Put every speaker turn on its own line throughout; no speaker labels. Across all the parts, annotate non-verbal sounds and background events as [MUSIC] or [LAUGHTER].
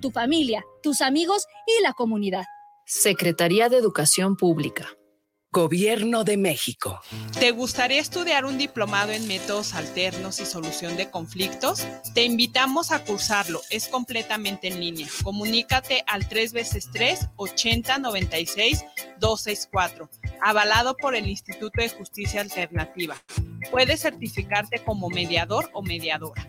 tu familia, tus amigos y la comunidad.
Secretaría de Educación Pública.
Gobierno de México.
¿Te gustaría estudiar un diplomado en métodos alternos y solución de conflictos? Te invitamos a cursarlo. Es completamente en línea. Comunícate al 3x3 8096 264, avalado por el Instituto de Justicia Alternativa. Puedes certificarte como mediador o mediadora.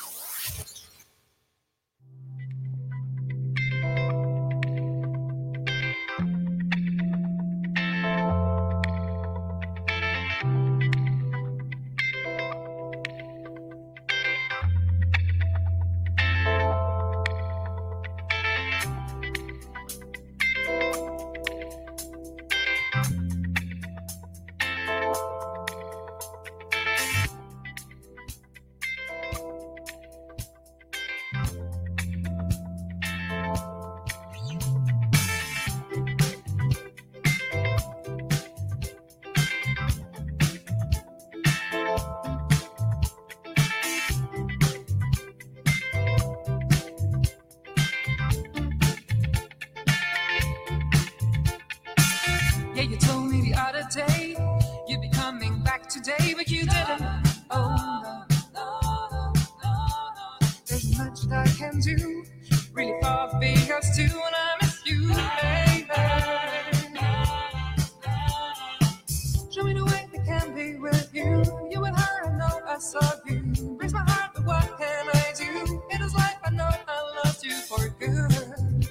Yeah, you told me the other day you'd be coming back today, but you didn't. Oh, no. There's much that I can do, really far because too, and I miss you, baby. Show me the way we can be with you. You and her, I know I saw you. Breaks my heart, but what can I do? It is life, I know I lost you for good.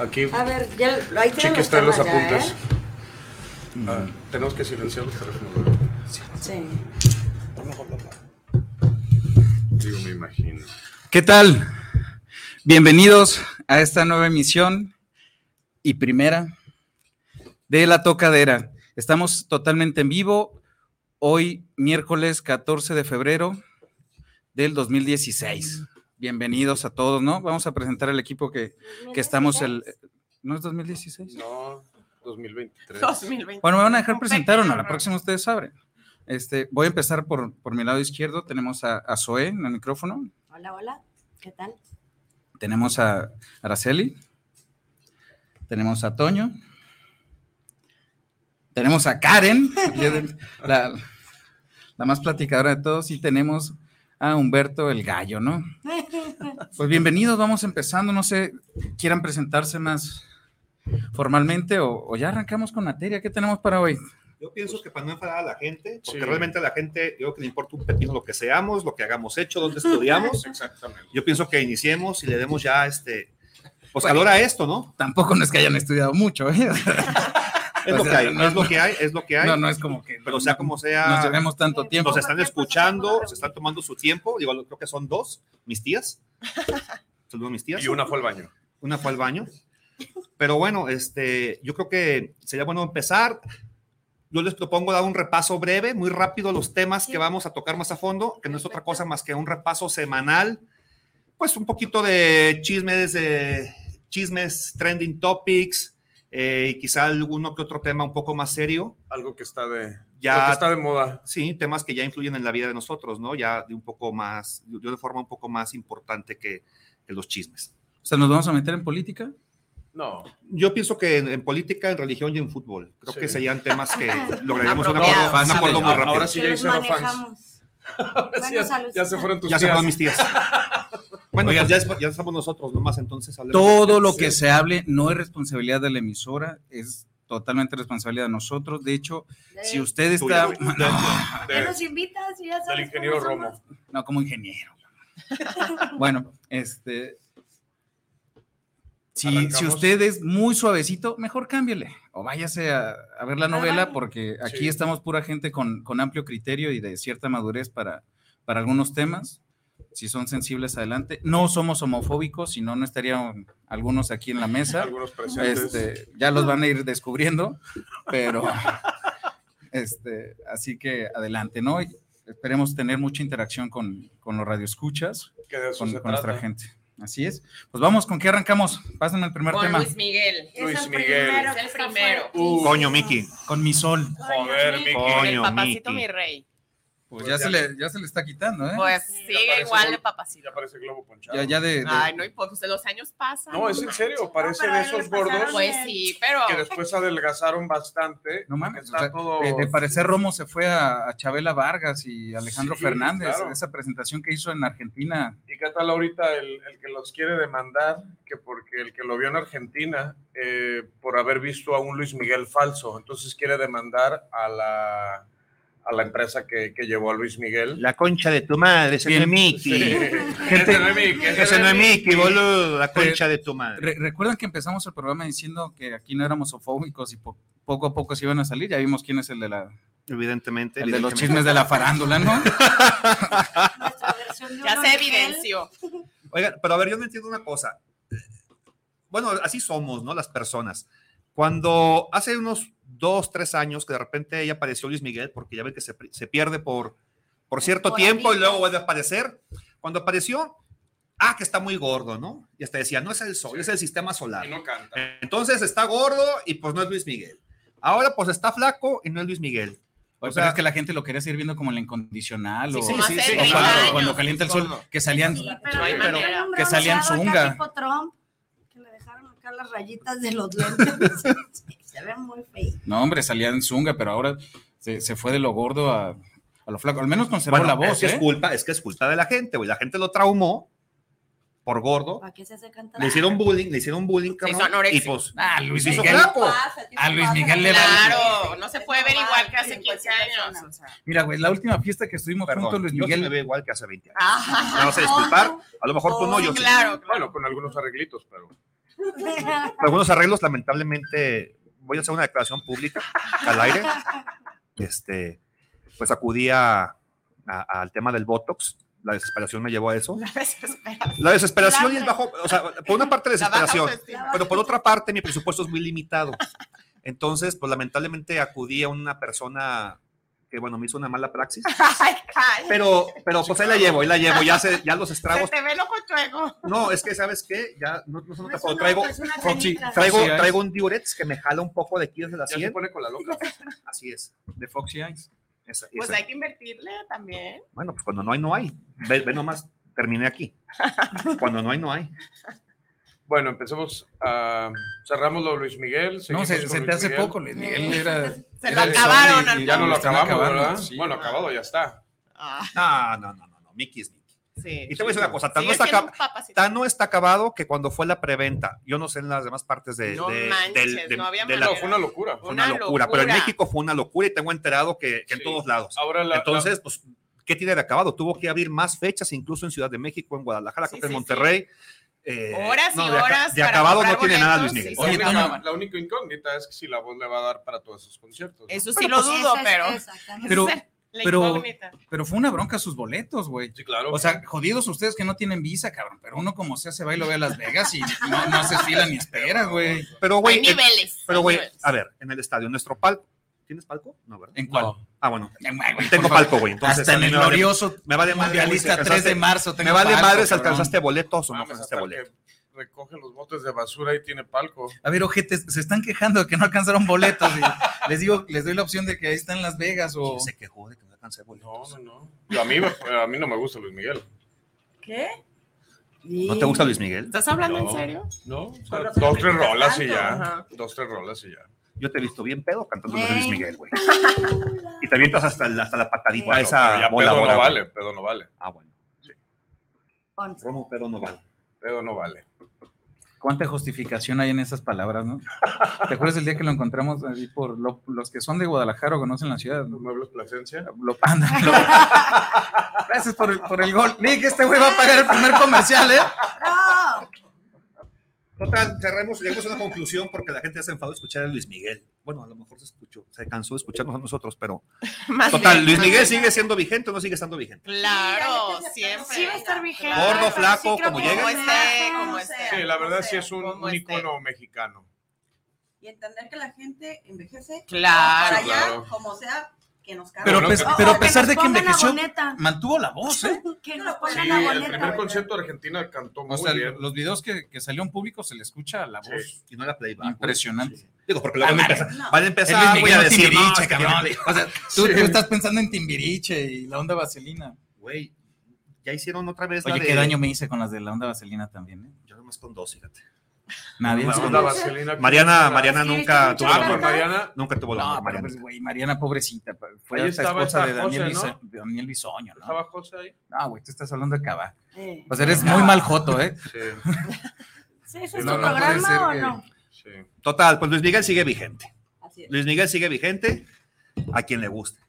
Aquí,
A ver, ya, ahí tienen
Chiqui está en los
temas ya,
apuntes.
¿eh?
Ah, tenemos que silenciar los teléfonos.
Sí.
Digo, me imagino.
¿Qué tal? Bienvenidos a esta nueva emisión y primera de La Tocadera. Estamos totalmente en vivo hoy, miércoles 14 de febrero del 2016. Bienvenidos a todos, ¿no? Vamos a presentar el equipo que, que estamos el... ¿No es 2016?
No, 2023.
2020.
Bueno, me van a dejar presentar o no, la próxima ustedes saben. Este, voy a empezar por, por mi lado izquierdo. Tenemos a, a Zoe en el micrófono.
Hola, hola. ¿Qué tal?
Tenemos a Araceli. Tenemos a Toño. Tenemos a Karen, la, la más platicadora de todos. Y tenemos a Humberto el Gallo, ¿no? Pues bienvenidos, vamos empezando. No sé, quieran presentarse más formalmente o, o ya arrancamos con materia. ¿Qué tenemos para hoy?
Yo pienso que para no enfadar a la gente, porque
Sí.
realmente a la gente, yo creo que le importa un pepino lo que seamos, lo que hagamos hecho, dónde estudiamos.
Exactamente.
Yo pienso que iniciemos y le demos ya este, pues calor a esto, ¿no?
Tampoco no es que hayan estudiado mucho, ¿eh?
Es
O
lo
sea,
que hay,
no-
es lo que hay, es lo que hay.
[LAUGHS] No, no es como que
Pero sea como
nos
sea,
llevemos tanto tiempo.
nos están escuchando, se están tomando su tiempo. Digo, creo que son dos, mis
[LAUGHS]
tías. Saludos a mis tías.
Y una fue al baño.
una fue al baño. Pero bueno, este, yo creo que sería bueno empezar.
Yo les propongo dar un repaso breve, muy rápido, los temas que vamos a tocar más a fondo, que no es otra cosa más que un repaso semanal, pues un poquito de chismes, de chismes, trending topics, eh, y quizá alguno que otro tema un poco más serio.
Algo que está de,
Ya-
lo que está de moda.
Sí, temas que ya influyen en la vida de nosotros, ¿no? Ya de un poco más, yo de forma un poco más importante que, que los chismes.
O sea, ¿nos vamos a meter en política?
No.
Yo pienso que en, en política, en religión y en fútbol. Creo
Sí.
que serían temas que lograríamos un
Apropiados.
acuerdo, un acuerdo muy
Ah,
Ahora
rápido.
sí ya hicieron fans. [LAUGHS] Sí, ya, ya se fueron tus
ya se
tías.
fueron mis
[LAUGHS]
tías. Bueno, pues ya, es- ya estamos nosotros nomás, entonces hablemos.
Todo lo que se hable no es responsabilidad de la emisora, es totalmente responsabilidad de nosotros. De hecho, si usted
Tuya,
está...
güey.
[LAUGHS]
Ya nos invitas y ya sabes cómo somos.
No, como ingeniero. [LAUGHS] bueno, este... Si,
Arrancamos.
si usted es muy suavecito, mejor cámbiale o váyase a, a ver la novela porque aquí
Sí.
estamos pura gente con, con amplio criterio y de cierta madurez para, para algunos temas. Si son sensibles, adelante. No somos homofóbicos, si no, no estarían algunos aquí en la mesa.
Algunos presentes.
Este, ya los van a ir descubriendo, pero este, así que adelante, ¿no? Y esperemos tener mucha interacción con, con los radioescuchas,
que de eso
con,
se
con nuestra
trata.
gente. Así es. Pues vamos, ¿con qué arrancamos? Pásenme el primer tema.
Miguel.
Luis
Es el
Miguel.
primero
Es el
que está
primero.
Uh,
Coño, Miki.
Con mi sol.
Joder,
Miki.
Miki.
Coño,
el papacito
Miki.
mi rey.
Pues ya, se le, ya se le está quitando, ¿eh?
Pues sigue
parece
igual
gol-
de papacito.
Ya parece globo ponchado.
ya, ya de, de-
Ay, no, y pues los años pasan.
No, es en serio, parece
pero
de
le
esos
pasaron
gordos
Pues sí, pero
que después adelgazaron bastante.
no mames,
Está
o sea,
todo-
de, de parecer Romo se fue a, a Chabela Vargas y Alejandro
Sí,
Fernández,
claro.
esa presentación que hizo en Argentina.
¿Y qué tal ahorita el, el que los quiere demandar? Que porque el que lo vio en Argentina eh, por haber visto a un Luis Miguel falso, entonces quiere demandar a la, a la empresa que, que llevó a Luis Miguel.
La concha de tu madre, ese
Bien.
no es Miki.
Ese no es Mickey, ese
Ese no es Miki, boludo. La
Pero-
concha de tu madre.
Re- ¿Recuerdan que empezamos el programa diciendo que aquí no éramos ofóbicos y po- poco a poco se iban a salir? Ya vimos quién es el de, la,
Evidentemente.
el de los
evidentemente.
chismes de la farándula, ¿no?
Nuestra versión de
ya
Don
se
Miguel.
evidenció.
Oigan, pero a ver, yo no entiendo una cosa. Bueno, así somos, ¿no? Las personas. Cuando hace unos dos, tres años que de repente ella apareció Luis Miguel, porque ya ven que se, se pierde por, por cierto
Por
tiempo y
amigos.
luego vuelve a aparecer. Cuando apareció, ah, que está muy gordo, ¿no? Y hasta decía, no es el sol, es el sistema
[LAUGHS]
solar.
Y no canta.
Entonces está gordo y pues no es Luis Miguel. Ahora pues está flaco y no es Luis Miguel.
O
sea-
sea, es que la gente lo quería seguir viendo como el incondicional o,
Sí,
Como
sí,
hace
sí.
o
30
cuando,
años.
cuando calienta el sol,
Gordo.
que salían...
Sí,
pero
hay
pero
manera.
era un
Que salían
bronceado
zunga.
acá tipo Trump, que le dejaron acá las rayitas de los
[LAUGHS]
lentes. Sí, se ve muy feo.
No, hombre, salían zunga, pero ahora se, se fue de lo gordo a, a lo flaco. Al menos conservó
Bueno,
la voz,
es que
¿eh?
es culpa, es que es culpa de la gente, güey. La gente lo traumó por gordo.
¿Para qué se hace cantar?
Le hicieron bullying, le hicieron bullying,
hizo
cabrón. y
anoréxico.
pues,
Ah, Luis
se hizo
Miguel.
flaco.
Pasa, tiene
A Luis
pasa,
Miguel le vale.
Claro, no se puede ver igual que hace 15 años. o sea.
Mira, güey, la última fiesta que estuvimos juntos,
Perdón,
Luis
yo sí me
Miguel.
veo igual que hace 20 años.
Ah,
Me vas a disculpar. A lo mejor tú no,
Oh,
yo sí.
claro, claro. [LAUGHS]
Bueno, con algunos arreglitos, pero.
Algunos arreglos, lamentablemente, voy a hacer una declaración pública al aire. Este, pues acudí a- a- al tema del Botox. La desesperación me llevó a eso. La desesperación y el bajo, o sea, por una parte
La baja
desesperación,
autoestima.
pero por otra parte mi presupuesto es muy limitado. Entonces, pues lamentablemente acudí a una persona que, bueno, me hizo una mala praxis.
Ay, ay,
Pero, pero pues ahí la llevo, ahí la llevo, ya, se, ya los
se
estragos.
te ve loco chueco.
No, es que, ¿sabes qué? Ya, no, no son
No
otra
es
cosa.
una-
Traigo,
no es una
Foxy,
canica.
traigo,
Foxy Eyes.
traigo un diurex que me jala un poco de aquí desde la
Ya se
100.
pone con la loca.
Así es.
De Foxy Eyes.
Esa-
Pues
esa.
hay que invertirle también.
Bueno, pues cuando no hay, no hay. Ve, ve nomás, terminé aquí. Cuando no hay, no hay.
Bueno, empecemos. a cerramos lo de Luis Miguel.
No,
seguimos
se,
con
se
Luis
te hace
Miguel.
poco, Luis Miguel era.
Se lo
era el
acabaron,
sol y- y
Ya no lo
están
acabamos,
acabando,
¿verdad?
sí.
Bueno, acabado ya está.
Ah,
No, no, no, no, no. Mickey es Mickey.
sí.
Y te voy a decir una cosa, tan
Sigue
no está
siendo
acab-
un papacito.
Tan no está acabado que cuando fue la preventa, yo no sé en las demás partes de,
No
de-
manches,
del- de-
no había
de la
No,
manera.
fue una locura.
fue una,
Una
locura, pero en
locura.
México fue una locura y tengo enterado que, que en
Sí.
todos lados.
Ahora la,
Entonces, pues, ¿qué tiene de acabado? Tuvo que abrir más fechas, incluso en Ciudad de México, en Guadalajara,
Sí,
creo que en
sí,
Monterrey. Eh,
Horas y
de aca-
horas
De
para
acabado no
comprar
tiene nada Luis
boletos,
Miguel.
sí,
la,
Oye,
la única,
Tama.
la única incógnita es que si la voz le va a dar para todos esos conciertos. ¿no?
Eso sí lo
Esa
dudo,
es-
pero.
exactamente.
Pero-
esa es la
pero-
incógnita.
Pero fue una bronca sus boletos, güey.
Sí, claro.
O sea, jodidos ustedes que no tienen visa, cabrón. Pero uno como sea se va y lo ve a Las Vegas y no,
[LAUGHS]
no hace fila ni espera, güey.
Pero,
Hay
güey, eh,
niveles.
pero,
hay
güey,
niveles.
a ver, en el estadio, en nuestro palco, ¿Tienes palco? No, ¿verdad?
¿En cuál?
Ah, bueno.
güey,
Tengo
por favor.
palco, güey. Entonces,
Hasta
a
en
mí
el
me vale-
glorioso
Me vale madre, güey, si
mundialista 3 de
alcanzaste-
marzo,
Me
tengo
vale
palco,
madre si
cabrón.
alcanzaste boletos o no alcanzaste
hasta
boletos.
que recoge los botes de basura y tiene palco.
A ver, ojetes, se están quejando de que no alcanzaron boletos. y les digo, les doy la opción de que ahí están Las Vegas o.
Se quejó de que no alcancé boletos.
No, no, no.
[LAUGHS]
A mí, a mí no me gusta Luis Miguel.
¿Qué?
¿No te gusta Luis Miguel?
¿Estás hablando en
No.
serio?
No, o sea,
Con razón
dos,
te
tres
quejas
rolas y
tanto,
ya.
ajá.
Dos, tres rolas y ya.
Yo te he visto bien pedo cantando de
Ey.
Luis Miguel, güey. Y te avientas hasta, la- hasta la patadita
Bueno,
Ah, esa
pero ya
bola,
pedo
bola,
no
güey.
vale, pedo no vale.
Ah, bueno.
Pon.
Romo, pedo no vale.
Pedo no vale.
¿Cuánta justificación hay en esas palabras, no? ¿Te acuerdas el día que lo encontramos así por lo- los que son de Guadalajara o conocen la ciudad?
¿Los muebles Plasencia?
Lo panda. lo- Gracias por el, por el gol. Nick, este güey va a pagar el primer comercial, ¿eh?
Total, cerremos, lleguemos a una conclusión porque la gente ya se enfadó de escuchar a Luis Miguel. Bueno, a lo mejor se escuchó, se cansó de escucharnos a nosotros, pero. Total,
bien,
Luis
más
Miguel
bien.
sigue siendo vigente o no sigue estando vigente.
Claro, siempre.
Sí va a estar vigente.
Gordo,
pero
flaco,
creo
como
que
llegue.
no
este,
Como
baja,
esté,
o
como este. esté.
sea,
Sí, la verdad sí es un, un
esté.
ícono mexicano.
Y entender que la gente envejece.
Claro.
Para allá,
Claro.
como sea, que nos cargue.
Pero,
O-
pes-
o
pero a pesar
nos
de que
pongan
envejeció,
aboneta.
mantuvo la voz, ¿eh?
Que nos
Sí,
pongan
el
aboneta.
primer concierto de Argentina cantó muy
O sea,
bien.
los videos que, que salió en público se le escucha la voz
Y no la playback. güey.
impresionante.
Digo, porque luego
Ah,
van a
madre,
empezar,
no.
van a empezar,
Luis
güey, a
Miguel
decir,
Timbiriche,
no, es que
cabrón.
tiene-
O sea, tú,
Sí.
tú estás pensando en Timbiriche y la onda vaselina.
Güey, ya hicieron otra vez la
Oye,
de-
qué daño me hice con las de la onda vaselina también, ¿eh?
Yo nomás con dos, fíjate.
Nadie.
La
Sí.
onda vaselina.
Mariana, Mariana
Sí,
nunca
sí,
tuvo
sí,
Ah,
la
pero
Mariana.
Mariana.
Nunca tuvo la
No, pero
Mariana.
pues, güey, Mariana, pobrecita. pa- Fue
Ahí
esta
estaba
esposa
esta
de Daniel,
José,
Biso- de Daniel Bisoño, ¿no?
¿Estaba José ahí?
No, güey, tú estás hablando de Cabá.
Eh,
O sea, eres muy mal joto, ¿eh?
Sí,
¿sí, ¿Eso es
No,
tu
no puede ser
programa o
que-
no?
sí.
Total, pues Luis Miguel sigue vigente.
Así es.
Luis Miguel sigue vigente a quien le guste.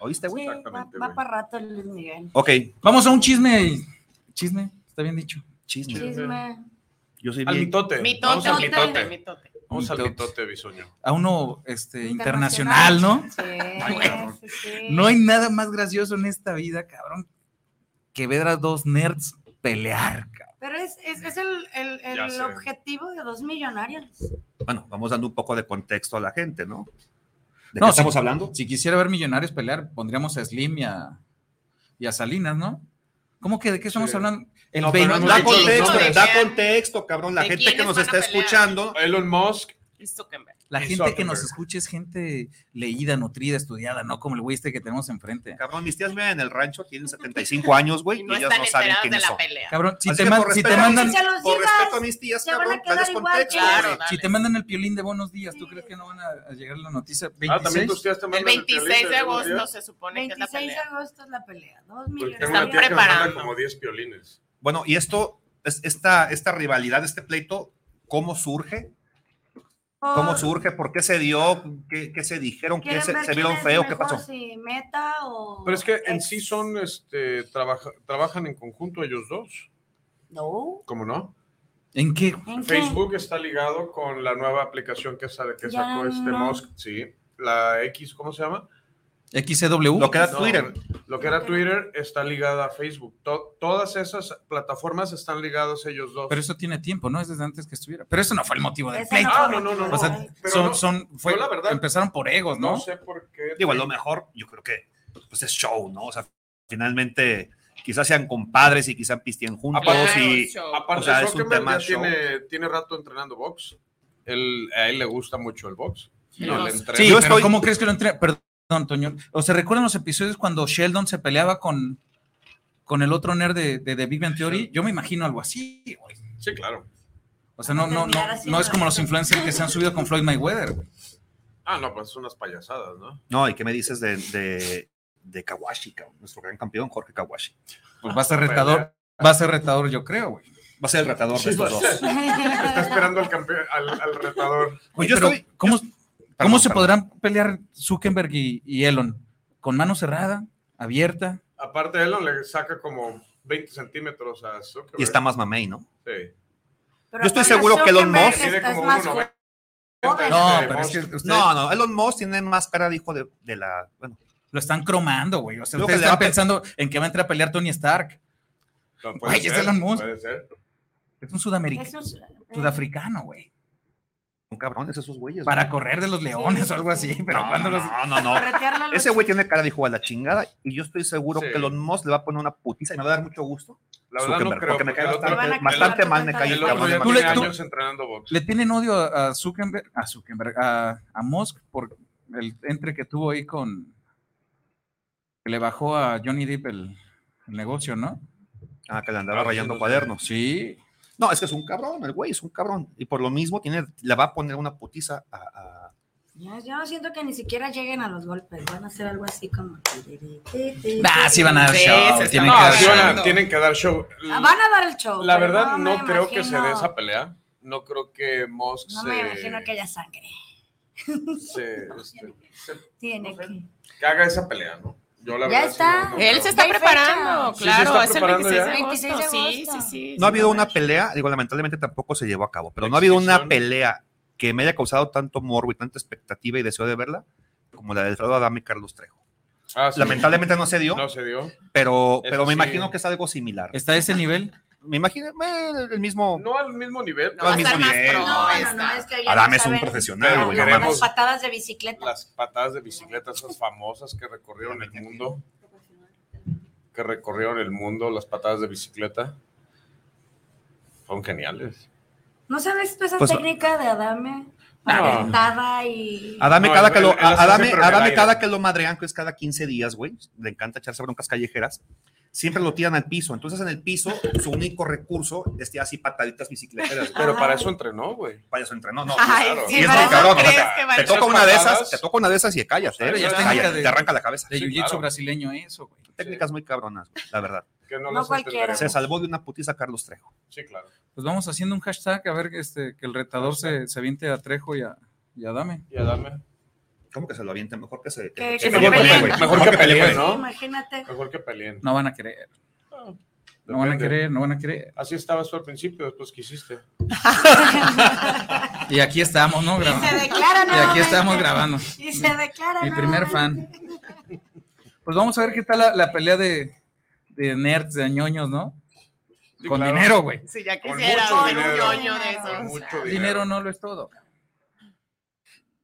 ¿Oíste, güey?
Sí, va-
exactamente,
va
güey.
para rato el Luis Miguel.
Ok,
Vamos a un chisme. Chisme, está bien dicho.
chisme.
Chisme.
Yo soy
Al
bien.
mitote. Vamos
Mitote,
al
mitote.
mitote.
mitote.
Vamos al
Mitote.
mitote, bisoño.
A uno este, internacional, ¿no?
¿no? Sí, sí, sí.
No hay nada más gracioso en esta vida, cabrón, que ver a dos nerds pelear, cabrón.
Pero es, es, es el, el, el
Ya sé.
objetivo de dos millonarios.
Bueno, vamos dando un poco de contexto a la gente, ¿no? ¿De
No, sí.
qué estamos hablando?
Si quisiera ver millonarios pelear, pondríamos a Slim y a, y a Salinas, ¿no? ¿Cómo que de qué estamos
Sí.
hablando? El
No, pero
Bane-
no
Da
dicho los
contexto,
nombres.
da contexto, cabrón. La
¿De
gente que
quiénes
nos
van a
está
pelear?
escuchando.
Elon Musk.
Y Zuckerberg.
La
Y
gente que nos
Zuckerberg.
escucha es gente leída, nutrida, estudiada, no como el güey este que tenemos enfrente.
Cabrón, mis tías viven en el rancho, tienen 75 años,
[LAUGHS]
güey,
Y
y,
no
ellas
están
no saben
enterados de
quiénes
la
son.
pelea.
Cabrón, si
Así
te,
que
man-
por
si te
respeto a mis
mandan,
Se los
Por
llevas.
respeto a mis tías,
se van a
cabrón,
quedar
dales
igual
contexto.
que-
güey.
Claro, dale.
si te mandan el piolín de buenos días, ¿tú
Sí.
crees que no van a, a llegar la noticia?
Ah,
26?
también tus tías te mandan
El
el
26
piolín
de
buenos
agosto
días.
se supone que es la
26 de
pelea.
agosto es la pelea. Dos
Porque
millones.
tengo una
Están
tía que me manda
preparando.
como 10 piolines.
Bueno, y esto, es, esta, esta rivalidad, este pleito, ¿cómo surge? ¿Cómo surge? ¿Por qué se dio? ¿Qué, qué se dijeron? ¿Qué
¿Quieren
se,
ver
se
quién
vieron
es
feo? ¿Qué
mejor,
pasó?
Si meta o.
Pero es que en
ex?
sí son, este, trabaja- trabajan en conjunto ellos dos.
No.
¿Cómo no?
¿En qué?
¿En qué?
Facebook está ligado con la nueva aplicación que, sale, que
Ya
sacó este
no.
Musk, sí. La X, ¿cómo se llama?
¿XCW?
Lo que era
No,
Twitter.
Lo que era Twitter está ligada a Facebook. To- todas esas plataformas están ligadas ellos dos.
Pero eso tiene tiempo, ¿no? Es desde antes que estuviera. Pero eso no fue el motivo del
Ese
pleito.
Ah, no, no, no,
O sea,
Ay,
pero
son,
no,
son, fue,
yo la verdad-
empezaron por egos, ¿no?
no sé por qué.
Digo, a lo mejor, yo creo que pues es show, ¿no? O sea, finalmente quizás sean compadres y quizás pisteen juntos
Aparte-
y
Claro,
Aparte,
o sea, es un
Zuckerberg
tema
ya
show.
tiene, tiene rato entrenando box. Él, a él le gusta mucho el box. No,
Los-
le entrena.
Sí,
Yo
pero
estoy-
¿cómo crees que lo entrena? Perdón, Toño. ¿O se recuerdan los episodios cuando Sheldon se peleaba con, con el otro nerd de, de The Big Bang Theory? Yo me imagino algo así, güey.
Sí, claro.
O sea, no, no, no, no es como los influencers que se han subido con Floyd Mayweather. güey.
Ah, no, pues unas payasadas, ¿no?
No, ¿y qué me dices de, de, de Kawashi, cabrón? nuestro gran campeón, Jorge Kawashi?
Pues va a ser
Ah,
retador, va a ser retador, yo creo, güey.
Va a ser el retador de estos dos.
Está esperando al, campe- al, al retador.
Pues yo
Pero,
estoy-
¿cómo,
Perdón,
¿Cómo se
perdón.
podrán pelear Zuckerberg y, y Elon? ¿Con mano cerrada? ¿Abierta?
Aparte, él le saca como 20 centímetros a Zuckerberg.
Y está más mamey, ¿no?
Sí.
Pero
Yo estoy
aparte
seguro que Elon
Zuckerberg
Musk-
Tiene
estás
como
más
1,90.
joven.
No,
Este,
pero es que
Musk.
ustedes
No, no, Elon Musk tiene más cara de hijo de, de la... Bueno,
lo están cromando, güey. O sea,
Creo que
ustedes
le va
están
a pe-
pensando en que va a entrar a pelear Tony Stark.
No, puede
Güey, es
ser,
Elon Musk.
Puede ser.
Es un eh. sudamericano,
Eso es-
sudafricano, güey.
Son cabrones esos güeyes.
Para
güey.
correr de los leones o algo así, [LAUGHS] pero
no,
cuando
no,
los-
No, no, no.
Corretearlo al
Ese güey tiene cara de hijo a la chingada y yo estoy seguro
Sí.
que los Moss le va a poner una putiza y me va a dar mucho gusto.
La verdad
Zuckerberg,
no creo,
porque me cae
porque el otro- el
bastante,
otro-
bastante mal, me cae
el otro ya
Tú le-
tiene
tú-
años entrenando box.
Le tienen odio a a Zuckerberg, a Zuckerberg, a, a Musk por el entre que tuvo ahí con que le bajó a Johnny Depp el, el negocio, ¿no?
Ah, que le andaba rayando cuadernos.
Sí.
No, es que es un cabrón, el güey es un cabrón. Y por lo mismo tiene, le va a poner una putiza a, a-
Ya, yo no siento que ni siquiera lleguen a los golpes. Van a hacer algo así como.
Nah, Ah, sí van a dar show. Tienen
No,
que dar
sí van a-
show.
tienen que dar show.
Ah, Van a dar el show.
La
pero
verdad,
"Ah, me
no, creo que se dé
imagino-
esa pelea. No creo que Musk
No
se,
me imagino que haya sangre. [LAUGHS]
se- este, se-
Tiene que.
que haga esa pelea, ¿no? Yo la
Ya
verdad sí
está.
no- no
Él
creo.
se está
¿Ya hay
preparando,
fecha?
claro.
Sí, se está
es el 26 de agosto.
preparando
ya. 26 de
Sí,
agosto.
sí, sí.
No ha habido una pelea, digo, lamentablemente tampoco se llevó a cabo, pero no ha habido una pelea que me haya causado tanto morbo y tanta expectativa y deseo de verla como la de Alfredo Adame y Carlos Trejo.
Ah, sí.
Lamentablemente no se dio.
No se dio.
Pero,
Eso
pero
sí.
me imagino que es algo similar.
¿Está a ese nivel?
Me imagino, eh, el mismo.
No al mismo nivel.
No al mismo nivel.
No, no, no, es que ya
Adame
no
es un
saben.
profesional,
Pero
güey, no
queremos
Las patadas de bicicleta.
las patadas de bicicleta, esas famosas que recorrieron el mundo. Que recorrieron el mundo, las patadas de bicicleta. Son geniales.
¿No sabes tú esa
Pues-
técnica de Adame?
No.
Patada y.
Adame,
No,
cada,
él-
que lo,
él- él las hace,
Adame-
pero en el
Adame
aire.
cada que lo madrean, que es cada 15 días, güey, le encanta echarse broncas callejeras, siempre lo tiran al piso. Entonces, en el piso, su único recurso es tirar así pataditas bicicleteras.
Pero para eso entrenó, güey.
Para eso entrenó, no.
Ay,
claro.
sí,
Y es
para
muy
eso
cabrón. o
crees
sea,
que va a
te
echar
toca una de
patadas.
esas, te toca una de esas y cállate.
Pero
eh,
ya es
cállate,
técnica de-
te arranca la cabeza.
De
Sí,
jiu-jitsu
claro.
brasileño ¿eh? eso, güey.
Técnicas muy cabronas, güey, la verdad.
Que no
No
las
cualquiera.
Se
entenderemos.
salvó de una putiza Carlos Trejo.
Sí, claro.
Pues vamos haciendo un hashtag a ver este, que el retador se, se aviente a Trejo y a, y a Dame.
Y Adame.
¿Cómo que se lo avienten? Mejor que se.
Que-
que-
que se
que peleen,
peleen.
güey.
Mejor que peleen, ¿no?
Sí, Imagínate.
Mejor que peleen.
No van a querer. No van a
Depende.
querer, no van a querer.
Así estabas tú al principio, después que hiciste.
Y aquí estamos, ¿no? Grabando.
Se declara
Y aquí
nuevamente.
estamos grabando.
Y se declara.
Mi primer fan. Pues vamos a ver qué tal la, la pelea de, de nerds, de ñoños, ¿no? Con
claro.
dinero, güey.
Sí, ya
Con
quisiera
mucho
un
dinero.
ñoño de
Con
esos.
mucho
Dinero no lo es todo.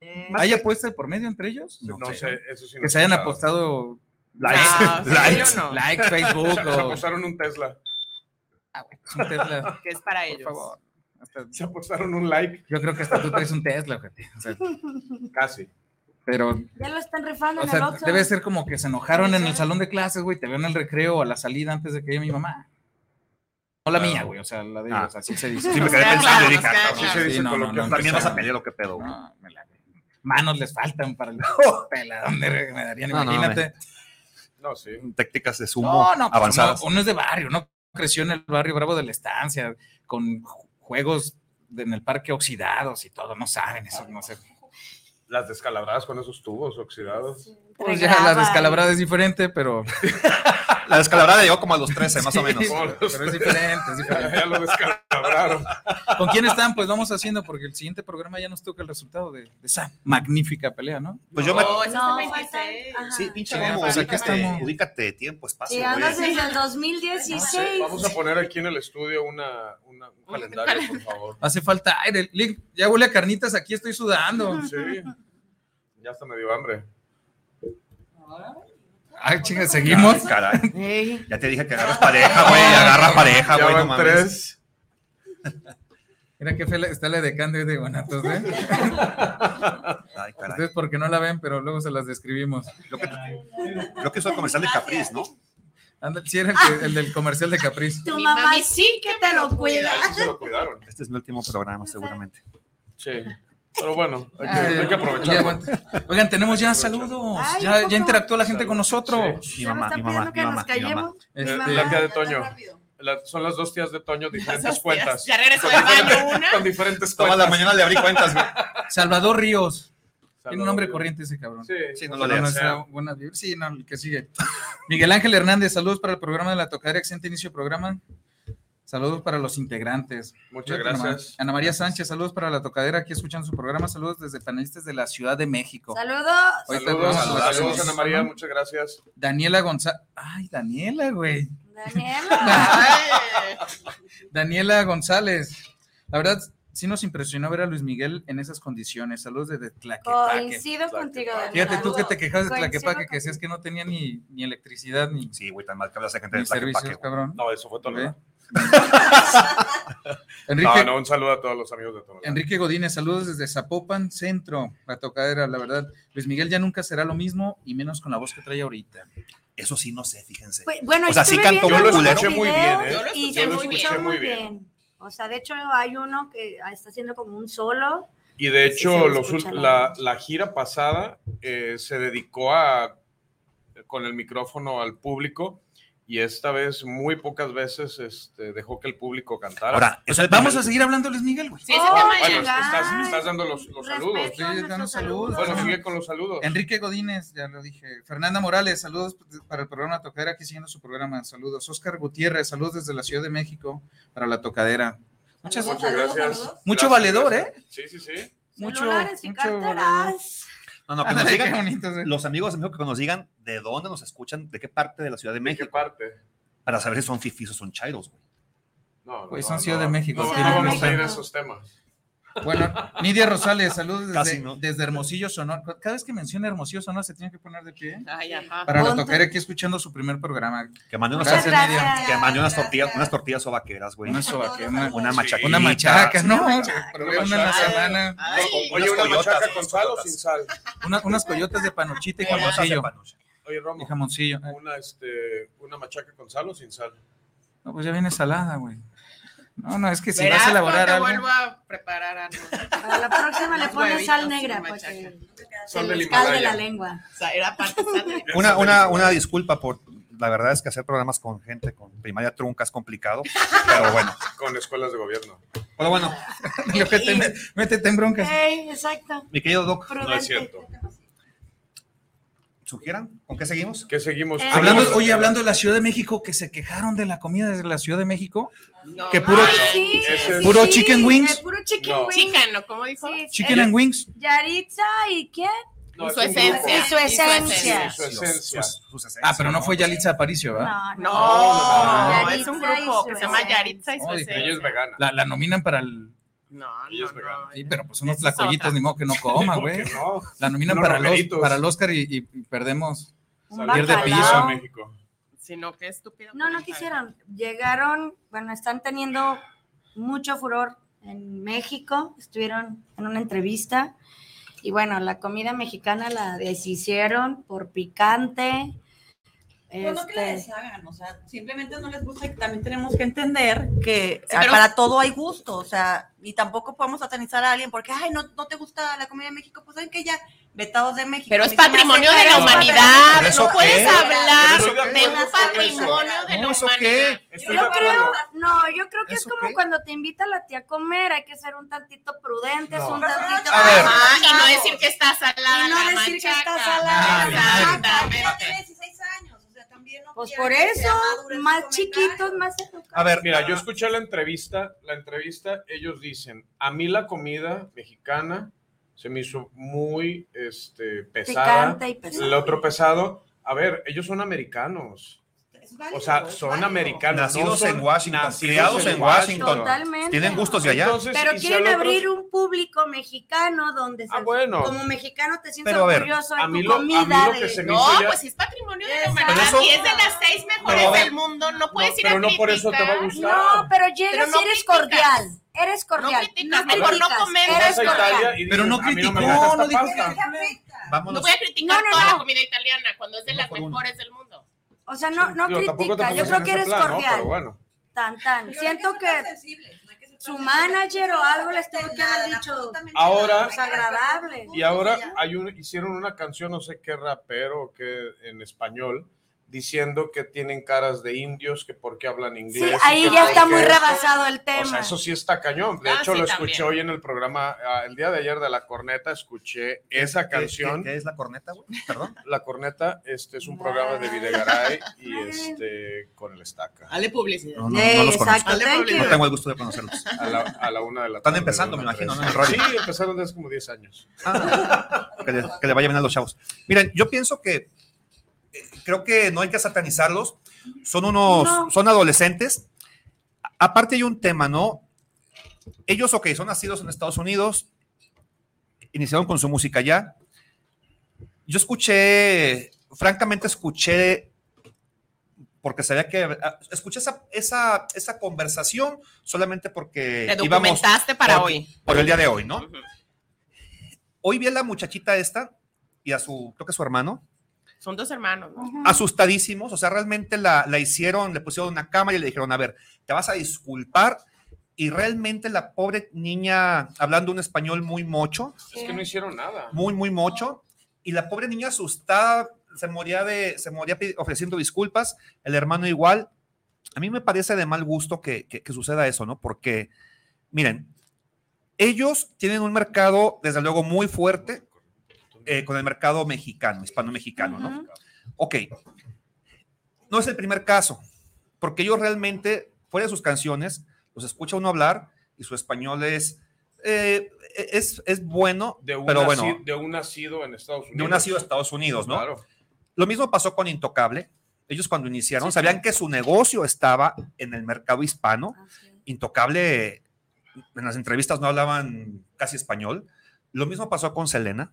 Mm.
¿Hay apuesta de por medio entre ellos?
No, sé, eso sí no
Que
he
se hayan
escuchado.
apostado
Likes,
Ah, sí,
likes.
yo no.
like,
Se,
Facebook
se
o
apostaron un Tesla.
un Tesla.
Que es para
Por
ellos.
favor. Hasta-
Se apostaron un like.
yo creo que hasta tú traes un Tesla, gente. O sea,
Casi.
pero
Ya lo están rifando
o
en el
sea,
Oxxo.
debe ser como que se enojaron en el salón de clases, güey. Te veo en el recreo o a la salida antes de que llegue mi mamá. No la mía, güey. O sea, la de ellos. Así se dice.
Ah. Sí, me
O
quedé
sea,
pensando y
claro,
dije,
o sea,
ah,
claro.
cabrón,
Sí, sí, con lo que
no,
También
no,
vas a
no.
pelear lo que pedo, güey.
No, me la- Manos les faltan para el [LAUGHS] peladón de re- me darían,
No, no,
imagínate.
No, sí.
Técnicas de sumo
No, no, pues
avanzadas.
uno, uno es de barrio, no creció en el barrio bravo de la estancia, con ju- juegos de- en el parque oxidados y todo, no saben eso, no sé.
Las descalabradas con esos tubos oxidados.
Pues ya la descalabrada es diferente, pero,
La descalabrada llegó como a los
[LAUGHS]
13, más o menos.
¿Cómo los-
pero es diferente, es
[LAUGHS]
ya,
diferente.
ya lo descalabraron.
¿Con quién están? Pues vamos haciendo, porque el siguiente programa ya nos toca el resultado de, de esa magnífica pelea, ¿no?
Pues yo me.
No, ese es
No,
el 26.
faltan-
Sí,
Ajá.
pinche
Sí,
Momo,
pues aquí
ubícate,
estamos.
este, ubícate, tiempo, espacio.
Sí,
güey.
andas desde el
Sí,
2016.
Vamos a poner aquí en el estudio una, una- un calendario, por favor.
Hace falta aire. Link, Ya huele a carnitas, aquí estoy sudando.
Sí. Ya hasta me dio hambre.
Ay, chinga, seguimos. Ah.
Ay, caray.
Ey.
Ya te dije que agarras pareja, Ah, güey. Agarra pareja,
ya
güey. No
van
mames.
tres.
Mira qué fea está la de Cande de Guanatos, ¿eh?
Ay, caray.
Ustedes porque no la ven, pero luego se las describimos.
Lo que, lo que hizo el comercial de Capriz, ¿no?
Anda, sí era el, que- el del comercial de Capriz.
Tu
Mi
mamá
mami
sí que te lo cuida.
[LAUGHS]
Ahí sí se lo cuidaron.
Este es mi último programa, seguramente.
Sí. Pero bueno, hay que,
Ah,
hay que
ya
aprovecharlo.
aguanta. Oigan, tenemos ya saludos.
Ay,
ya,
¿a
ya
poco?
interactó la gente con nosotros.
Mi
Ya me
mamá, mi
están
mamá,
pidiendo
mi
que nos
mamá, mi mamá.
callemos.
Este,
Eh, la tía de Toño. La- son las dos tías de Toño, diferentes cuentas.
Ya regresó del baño una.
Con diferentes
Toda la
cuentas.
mañana le abrí cuentas, güey.
Salvador Ríos. Tiene
Salvador
un nombre
Ríos.
corriente ese cabrón.
Sí,
Sí, no
No,
lo
no,
leas.
sea buena- sí, no, el que sigue. Miguel Ángel Hernández, saludos para el programa de la tocadera. Excelente inicio de programa. Saludos para los integrantes.
Muchas
Fíjate nomás.
gracias.
Ana María Sánchez, saludos para la tocadera. Aquí escuchan su programa. Saludos desde panelistas de la Ciudad de México.
Saludos.
Ahorita
Saludos,
vamos a-
saludos Ana María, muchas gracias.
Daniela González. Ay, Daniela, güey.
Daniela.
Ay.
Daniela González. La verdad, sí nos impresionó ver a Luis Miguel en esas condiciones. Saludos desde Tlaquepaque.
Coincido contigo. Daniel.
Fíjate tú que te quejas de
Coincido
Tlaquepaque, que decías que no tenía ni, ni electricidad ni.
Sí, güey, tan mal que hablas de gente
de
de Tlaquepaque,
servicios,
güey.
cabrón. ¿Eh?
No, eso fue Toledo.
[LAUGHS] Enrique-
No, no, un saludo a todos los amigos de Toledo.
Enrique Godínez, saludos desde Zapopan Centro, la tocadera, la verdad. Luis Miguel ya nunca será lo mismo y menos con la voz que trae ahorita.
Eso sí, no sé, fíjense.
Pues, Bueno,
O sea, sí
estuve
cantó
viendo
muy
algunos
culero. Yo lo escuché muy bien, ¿eh?
videos Y
Yo
se
lo
escuchó
escuché
muy
muy
bien. O sea, de hecho hay uno que está haciendo como un solo.
Y
Sí,
de
se lo
hecho, los
escucha
ul-
la
la, la gira pasada eh, se dedicó a con el micrófono al público y esta vez muy pocas veces este, dejó que el público cantara.
Ahora,
O sea, vamos a seguir hablando de Luis Miguel, güey.
Sí, ese tema ya.
Bueno, estás, estás dando los, los saludos.
Sí, danos saludos.
Bueno, sigue con los saludos.
Enrique Godínez, ya lo dije. Fernanda Morales, saludos para el programa Tocadera, aquí siguiendo su programa. Saludos. Oscar Gutiérrez, saludos desde la Ciudad de México para la Tocadera. Muchas
Muchas gracias.
Mucho
Gracias,
valedor,
gracias.
¿eh?
Sí, sí, sí.
Mucho,
Celulares y
mucho valedor.
carteras.
No, no, que nos
[LAUGHS]
Ay,
digan,
qué bonito, ¿eh? sí.
los amigos, amigos, que nos digan de dónde nos escuchan, de qué parte de la Ciudad de México.
parte?
Para saber si son fifis o son chairos, güey.
No, no,
Pues
no,
son Ciudad
no,
de México.
No, no
tienen
vamos
nuestra-
a ir a esos temas.
Bueno, Nidia Rosales, saludos desde,
Casi, ¿no?
desde Hermosillo Sonora. Cada vez que menciona Hermosillo Sonora se tiene que poner de pie.
Ay, ajá.
Para la
Ponte.
tocar aquí escuchando su primer programa.
Que mande unas,
Gracias,
tortillas-
Nidia.
que mande unas tortillas, unas tortillas sobaqueras, güey.
Una sobaquera, una,
Una machaca.
una machaca, ¿no? Pero
Una
Una en la
machaca.
semana.
Oye, una
coyotas,
machaca con sal o sin sal.
Una- unas coyotas de panochita y
Coyotas de
jamoncillo.
Oye,
Y
Romo,
jamoncillo.
una, este, una machaca con sal o sin sal.
No, pues ya viene salada, güey. No, no, es que si
Verás
vas a elaborar
cuando
algo.
vuelvo a preparar algo.
Para la próxima
[LAUGHS]
le
Unos
pones sal
huevitos
negra
sin
para
machaca.
que se
Sal del
le escalde
Himalaya.
la lengua.
O sea, era parte sal de-
Una, una, una disculpa por. La verdad es que hacer programas con gente con primaria trunca
[LAUGHS]
es complicado, pero bueno.
Con escuelas de gobierno.
[LAUGHS]
Pero bueno,
Métete, en- métete en broncas.
Ey, exacto.
mi querido Doc,
No es cierto.
¿sugieran con qué seguimos?
¿Qué seguimos?
Eh,
Hablando, oye, hablando de la Ciudad de México, que se quejaron de la comida de la Ciudad de México.
No.
Que puro,
Ay,
Sí,
Ese es-
puro chicken wings,
eh, Puro chicken
No.
wings.
Chicano, ¿cómo dijo?
Sí,
chicken and wings.
Yaritza y quién?
no, es
su
un grupo.
esencia.
Y su esencia.
Su esencia.
Sus- sus esencias,
Ah, pero no fue Yalitza Aparicio, ¿verdad?
No,
No,
no,
es un
Yaritza y
grupo
su
que se llama
esencia.
Yaritza y su
Oh,
esencia.
Ella es vegana.
La, la nominan para el.
Ah,
No,
Ella
no,
es vegana.
no.
Sí, pero pues unos
Esa es
tlacoyitos,
otra.
ni modo que no coma, güey.
Que no.
La nominan
Unos
para, los,
romeritos.
para el Oscar y, y perdemos.
Un
Pierde
bacalao.
piso
a México.
Sino que estúpido.
No, no
comentario.
quisieron. Llegaron, bueno, están teniendo mucho furor en México. Estuvieron en una entrevista. Y bueno, la comida mexicana la deshicieron por picante.
Pues no que la
Este,
deshagan, o sea, simplemente no les gusta y también tenemos que entender que
Sí,
ah,
pero-
para todo hay gusto, o sea, y tampoco podemos satanizar a alguien porque, ay, no, no te gusta la comida de México, pues saben que ya, vetados de México.
Pero
A
es
mí se me hace-
patrimonio de
pero
la
es
humanidad.
¿Pero eso
No
qué?
puedes hablar
¿Pero eso qué?
de un patrimonio de la
No, ¿eso
humanidad.
qué?
Estoy de
Yo creo,
acuerdo.
no, yo creo que es
¿Eso
como
qué?
cuando te invita la tía a comer, hay que ser un tantito prudentes,
No.
un tantito.
A ver.
Ajá, y no decir que está salada.
Y no
la
decir que
machaca.
está salada.
Pero
Exactamente.
tiene 16 años, o sea, también no
Pues
quieran
por
que sea
eso,
madura en
más
sus
chiquitos,
comentarios.
más
A
educados.
ver,
Mira, yo escuché la entrevista, la entrevista, ellos dicen, a mí la comida mexicana se me hizo muy este, pesada.
Picante y pesada.
El otro pesado, a ver, ellos son americanos.
Es válido,
O sea,
es
son
válido.
americanos.
Nacidos
no
en
son
Washington,
nacidos
criados en Washington.
Totalmente.
Tienen gustos de allá.
Entonces,
Pero
y si
quieren
al otro-
abrir un público mexicano donde
Ah,
se-
bueno.
como mexicano te sientes
Pero a ver,
orgulloso de
a mí
tu
lo- a mí
comida.
lo
de-
que se me
No,
hizo ya-
pues es patrimonio de la
Exacto.
humanidad.
Pero eso-
y es de las seis
Pero a
mejores
ver,
del mundo. No puedes ir a
pero no por eso te va a
criticar.
gustar.
No, pero llegas
Pero no
y eres
criticas.
cordial. Eres cordial.
criticas, mejor no
criticas,
comer.
Eres
Vas a Italia
cordial.
y
Pero no
dices, "A mí me
criticó,
gusta
no
esta
dijo
pasta".
No
vámonos.
voy a criticar
No, no,
toda
no.
la comida italiana cuando es de
Uno
las
por uno.
mejores del mundo.
O sea, no, no
Digo, tampoco te
critica. Yo
pongas
creo
en
que
ese
eres
plan, ¿no?
cordial.
Pero bueno.
Tan, tan.
Pero hay
Siento
ser
que
tan sensibles, no hay que ser tan
su
sensibles.
manager o algo les tuvo
tengo
que haber dicho.
Ahora-
Desagradable.
Y ahora hay un, hicieron una canción, no sé qué rapero o qué en español, diciendo que tienen caras de indios, que por qué hablan inglés.
Sí,
y
ahí
que
ya
por
está
qué
muy
esto.
rebasado el
O
tema.
sea, eso sí está cañón. De
Ah,
hecho,
sí,
lo
también.
escuché hoy en el programa, ah, el día de ayer de La Corneta, escuché esa canción.
¿Qué, qué es la corneta, güey? Perdón.
La Corneta este es un programa de Videgaray y este con el estaca.
Dale publicidad.
No, no,
Ey,
no los conozco.
Eh, exacto,
Dale,
thank
Pablito.
No
you.
tengo el gusto de conocerlos.
A la, a la una de la
Están
tarde,
empezando,
de una
me imagino,
a
¿no? En el
tres.
rollo.
Sí, empezaron desde hace como 10 años.
Ah, que, le, que le vaya bien a los chavos. Miren, yo pienso que eh, creo que no hay que satanizarlos. Son unos,
No.
son adolescentes. A- Aparte hay un tema, ¿no? ellos, ok, son nacidos en Estados Unidos, iniciaron con su música ya. Yo escuché, francamente escuché, porque sabía que, ah, escuché esa, esa, esa conversación solamente porque...
Te
íbamos
documentaste para
por-
hoy.
Por el día de hoy, ¿no? Hoy vi a la muchachita esta y a su, creo que su hermano,
Son dos hermanos, ¿no?
asustadísimos, o sea, realmente la, la hicieron, le pusieron una cámara y le dijeron, a ver, te vas a disculpar. Y realmente la pobre niña, hablando un español muy mocho,
Es que no hicieron nada.
muy, muy mocho, y la pobre niña asustada, se moría, de, se moría pi- ofreciendo disculpas, el hermano igual. A mí me parece de mal gusto que, que- que suceda eso, ¿no? Porque, miren, ellos tienen un mercado, desde luego, muy fuerte eh, con el mercado mexicano, hispano-mexicano,
"Mm,
¿no? Ok, no es el primer caso, porque ellos realmente, fuera de sus canciones, los escucha uno hablar y su español es, eh, es, es bueno,
De un,
pero
naci-
bueno,
de un nacido en Estados Unidos.
de un nacido de Estados Unidos, ¿no?
Claro.
Lo mismo pasó con Intocable. Ellos cuando iniciaron sabían que su negocio estaba en el mercado hispano.
Ah.
Intocable, en las entrevistas no hablaban casi español. Lo mismo pasó con Selena.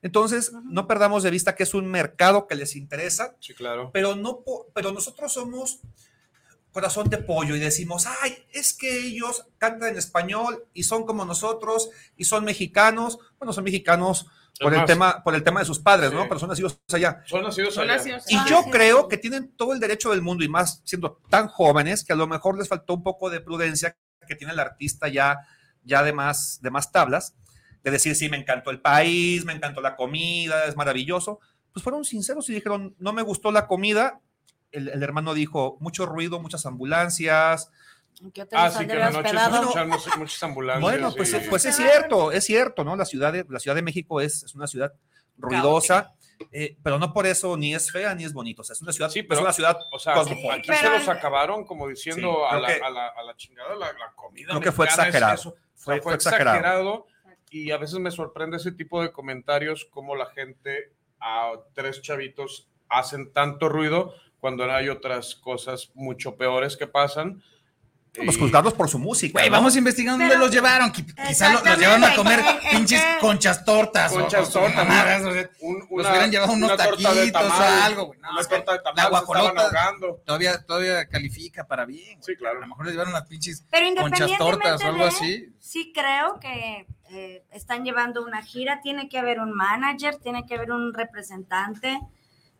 Entonces, no perdamos de vista que es un mercado que les interesa.
Sí, claro.
Pero, no, po- pero nosotros somos corazón de pollo y decimos, ay, es que ellos cantan en español y son como nosotros y son mexicanos. Bueno, son mexicanos por el,
Además.
tema, por el tema de sus padres, ¿no? Pero son nacidos allá.
Son nacidos
Son
allá.
nacidos Y yo creo que tienen todo el derecho del mundo y más siendo tan jóvenes que a lo mejor les faltó un poco de prudencia que tiene el artista ya, ya de, más, de más tablas, de decir, sí, me encantó el país, me encantó la comida, es maravilloso. Pues fueron sinceros y dijeron, no me gustó la comida. El, el hermano dijo, mucho ruido, muchas ambulancias.
¿Qué hotel
Ah,
se
sí,
han
que
de
en
haber
la noche
hospedado?
escuchan muchas- muchas ambulancias.
Bueno, pues,
y-
pues es cierto, es cierto, ¿no? La ciudad de, la ciudad de México es, es una ciudad ruidosa, eh, pero no por eso ni es fea ni es bonito. O sea, es una ciudad, es una ciudad
O sea, como aquí
cosmopolita.
se los acabaron como diciendo
Sí,
a,
creo
la,
que-
a la- a la chingada la, la comida.
Creo que fue
mexicana es
exagerado.
eso. O sea,
Fue-
fue,
fue exagerado.
exagerado. Y a veces me sorprende ese tipo de comentarios, como la gente a tres chavitos hacen tanto ruido cuando hay otras cosas mucho peores que pasan.
Los juzgados Pues, por su música.
Güey,
¿no?
vamos investigando dónde
Pero-
los llevaron. qui- Quizá lo- los
Exactamente,
llevaron a comer
es que-
pinches conchas tortas. o-
Conchas
o
tortas,
mamadas,
¿no?
o sea,
Un-
los
una-
hubieran llevado unos
una torta de
taquitos o
tamal,
algo, güey. No,
una
es que
torta de tamal,
La
se estaban
guajolota
ahogando.
todavía, todavía califica para bien.
Sí, claro.
A lo mejor les llevaron unas pinches
Pero
conchas
independientemente
tortas o algo
de-
así.
Sí creo que eh, están llevando una gira, tiene que haber un manager, tiene que haber un representante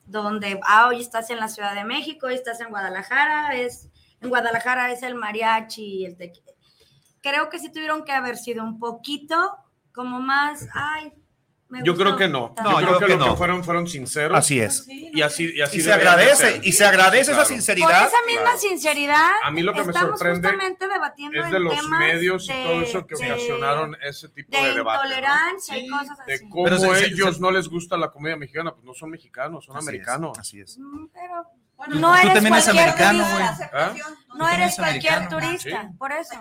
donde, ah, hoy estás en la Ciudad de México, hoy estás en Guadalajara, es, en Guadalajara es el mariachi y el tequila. Creo que sí tuvieron que haber sido un poquito como más, ay, me
Yo
gustó
creo que no.
tanto.
yo, creo que, lo que fueron fueron sinceros.
Así es.
Y así, y así
Y se
debería de
agradece,
ser.
y se agradece
Sí,
esa
claro.
sinceridad.
Por esa misma
Claro.
sinceridad,
A mí lo que me
Ah, estamos
sorprende
justamente debatiendo
Es de
en
los
temas
medios y todo
de-
eso que
de-
ocasionaron ese tipo
de
de debate. ¿no?
intolerancia y cosas así.
De cómo
Pero se- se-
ellos
se-
no les gusta la comida mexicana, pues no son mexicanos, son
Así es,
americanos.
así es.
Pero
Bueno,
no
tú
eres
también eres
cualquier
americano,
turista.
¿Ah?
No eres
Tú también eres
cualquier
americano.
turista, por eso.